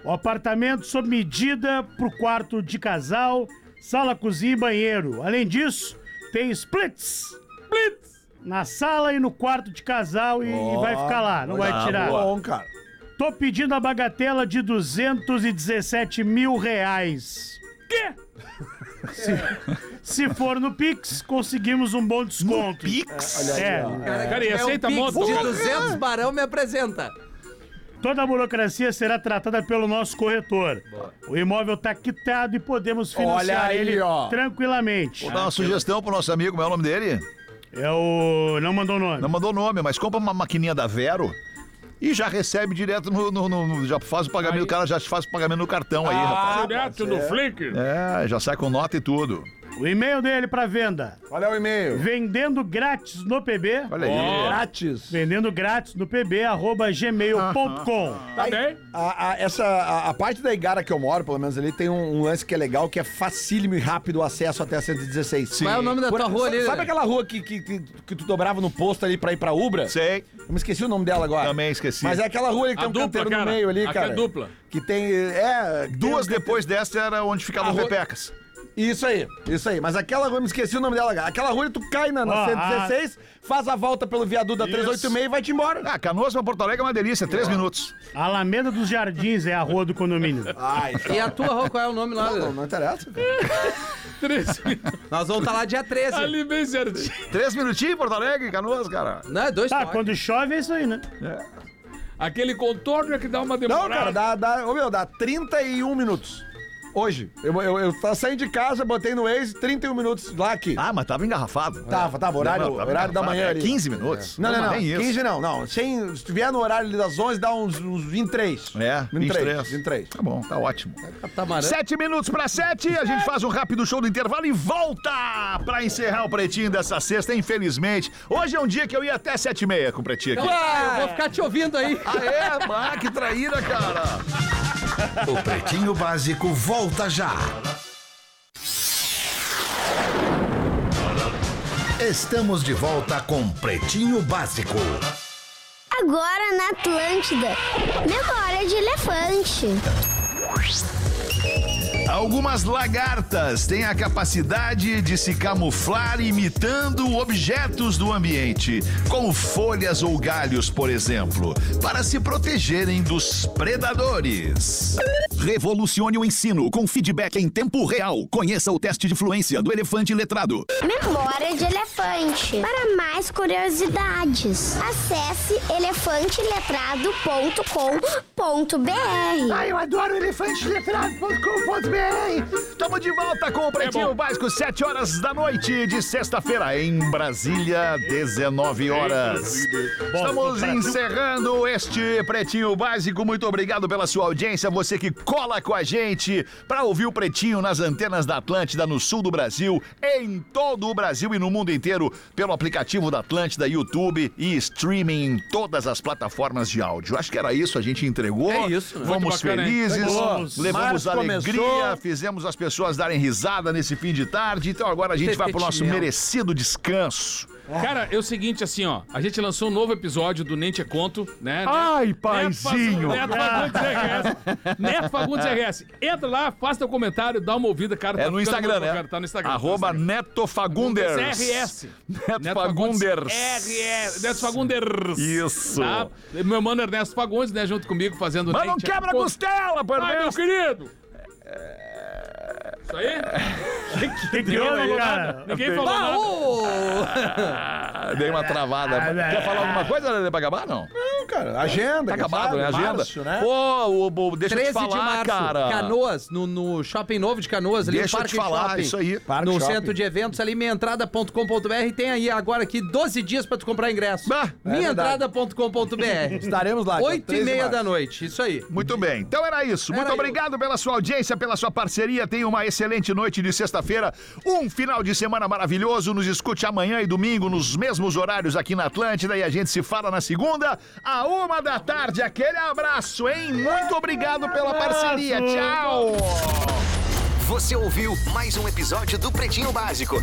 O apartamento sob medida pro quarto de casal, sala, cozinha e banheiro. Além disso, tem splits. Na sala e no quarto de casal e, e vai ficar lá, não vai tirar. tá bom, cara. Tô pedindo a bagatela de 217 mil reais. Quê? Se, se for no Pix, conseguimos um bom desconto. Pix. É, Cara, e É um aceita a pix moto, de cara. 200 barão me apresenta. toda a burocracia será tratada pelo nosso corretor. O imóvel tá quitado e podemos financiar Olha aí, ele ó. tranquilamente. Vou dar uma sugestão pro nosso amigo, como é o nome dele? É o. Não mandou nome. Não mandou nome, mas compra uma maquininha da Vero e já recebe direto no. no- no- no- já faz o pagamento, o cara já te faz o pagamento no cartão aí, rapaz. Direto do Flick. É, já sai com nota e tudo. O e-mail dele pra venda. é Olha o e-mail. Vendendo grátis no PB. Olha aí. Grátis. Vendendo grátis no pb, arroba É. gmail.com. Tá bem? A, a- essa, a, a parte da Igara que eu moro, pelo menos ali, tem um, um lance que é legal, que é facílimo e rápido o acesso até a 116. Qual é o nome da tua rua ali? Sabe aquela rua que, que, que, que tu dobrava no posto ali pra ir pra Ubra? Sei, Eu me esqueci o nome dela agora. também esqueci. Mas é aquela rua ali que A tem dupla, um canteiro cara. no meio ali, Aqui cara. é dupla. Que tem. É. tem Duas um canteiro- depois dessa era onde ficavam A os rua- repecas. Isso aí, isso aí. Mas aquela rua, me esqueci o nome dela, cara. Aquela rua tu cai na, Ah, na Ó, 116, faz a volta pelo viaduto da 386 e vai te embora. Ah, Canoas pra Porto Alegre é uma delícia, três minutos. Alameda dos Jardins é a rua do condomínio. Ai, E a tua rua, qual é o nome lá? não, não interessa. cara. 13. Nós vamos estar lá dia 13. Ali bem certinho. Três minutinhos em Porto Alegre, Canoas, cara. Não, é dois Tá, toques. quando chove é isso aí, né? Aquele contorno é que dá uma Não, demorada. cara, dá, dá, ô, meu, dá 31 minutos. Hoje. Eu, eu, eu tá- saí de casa, botei no Waze, 31 minutos lá aqui. Ah, mas tava engarrafado. Tava, tava, horário- horário da manhã é ali. 15 minutos. Não, não, não. Nem isso. 15 não, não. Sem, se tu vier no horário ali das 11, dá uns, uns 23. É, 23. 23. 23. Tá bom, tá ótimo. Catamarã. Sete minutos para sete, a gente faz um rápido show do intervalo e volta para encerrar o Pretinho dessa sexta, infelizmente. Hoje é um dia que eu ia até sete e meia com o Pretinho aqui. Ah, eu vou ficar te ouvindo aí. é Ah, é? Ah, que traíra, cara. O Pretinho Básico volta já. Estamos de volta com Pretinho Básico. Agora na Atlântida. Memória de elefante. Algumas lagartas têm a capacidade de se camuflar imitando objetos do ambiente, como folhas ou galhos, por exemplo, para se protegerem dos predadores. Revolucione o ensino com feedback em tempo real. Conheça o teste de fluência do elefante letrado. Memória de elefante. Para mais curiosidades, acesse elefanteletrado.com.br. Ai, Ah, eu adoro elefanteletrado.com.br. Estamos de volta com o Pretinho É bom. Básico, 7 horas da noite de sexta-feira, em Brasília, 19 horas. Estamos encerrando este Pretinho Básico. Muito obrigado pela sua audiência, você que cola com a gente para ouvir o Pretinho nas antenas da Atlântida, no sul do Brasil, em todo o Brasil e no mundo inteiro, pelo aplicativo da Atlântida, YouTube e streaming em todas as plataformas de áudio. Acho que era isso, a gente entregou. É isso, né? Fomos Muito bacana, hein? felizes, Boa. levamos Março alegria, começou. fizemos as pessoas darem risada nesse fim de tarde. Então agora a gente vai pro nosso Pepetinel. merecido descanso. Cara, é o seguinte, assim, ó. A gente lançou um novo episódio do Nente é Conto, né? Ai, Ah, paizinho. Ah. Né? paizinho! Neto Fagundes RS. Neto Fagundes RS. Entra lá, faça teu comentário, dá uma ouvida, cara. É tá no ficando Instagram, muito né? bacana, Tá no Instagram. Arroba tá no Instagram. Neto Fagunders. RS. Neto Fagunders. RS. Neto Fagunders. Isso. Tá? Meu mano Ernesto Fagundes, né? Junto comigo, fazendo Mas não Nente é quebra a Conto. costela, por Ai, meu Deus. querido! Isso aí? O que, que houve, cara? Ninguém falou Ah, nada. ô! Ah, Dei uma travada. Quer falar alguma coisa, Lelê, pra acabar? Não. Não, cara, agenda. Tá quem acabado, sabe, né? Agenda. março, né? Pô, o- o- deixa eu 13 te falar, de março, cara. Canoas, no, no Shopping Novo de Canoas, ali Deixa no eu te Parque falar, Shopping. isso aí. é Parque no Shopping. centro de eventos ali, minhaentrada.com.br. Tem aí agora aqui 12 dias pra tu comprar ingresso. Bah, é minhaentrada.com.br. Estaremos lá. então, dia 8 e 13 de meia março. da noite, isso aí. Muito bem, então era isso. Muito Era obrigado pela sua audiência, pela sua parceria. Tenha uma excelente noite de sexta-feira, um final de semana maravilhoso. Nos escute amanhã e domingo, nos mesmos horários aqui na Atlântida. E a gente se fala na segunda, a uma da tarde. Aquele abraço, hein? Muito obrigado pela parceria. Tchau! Você ouviu mais um episódio do Pretinho Básico.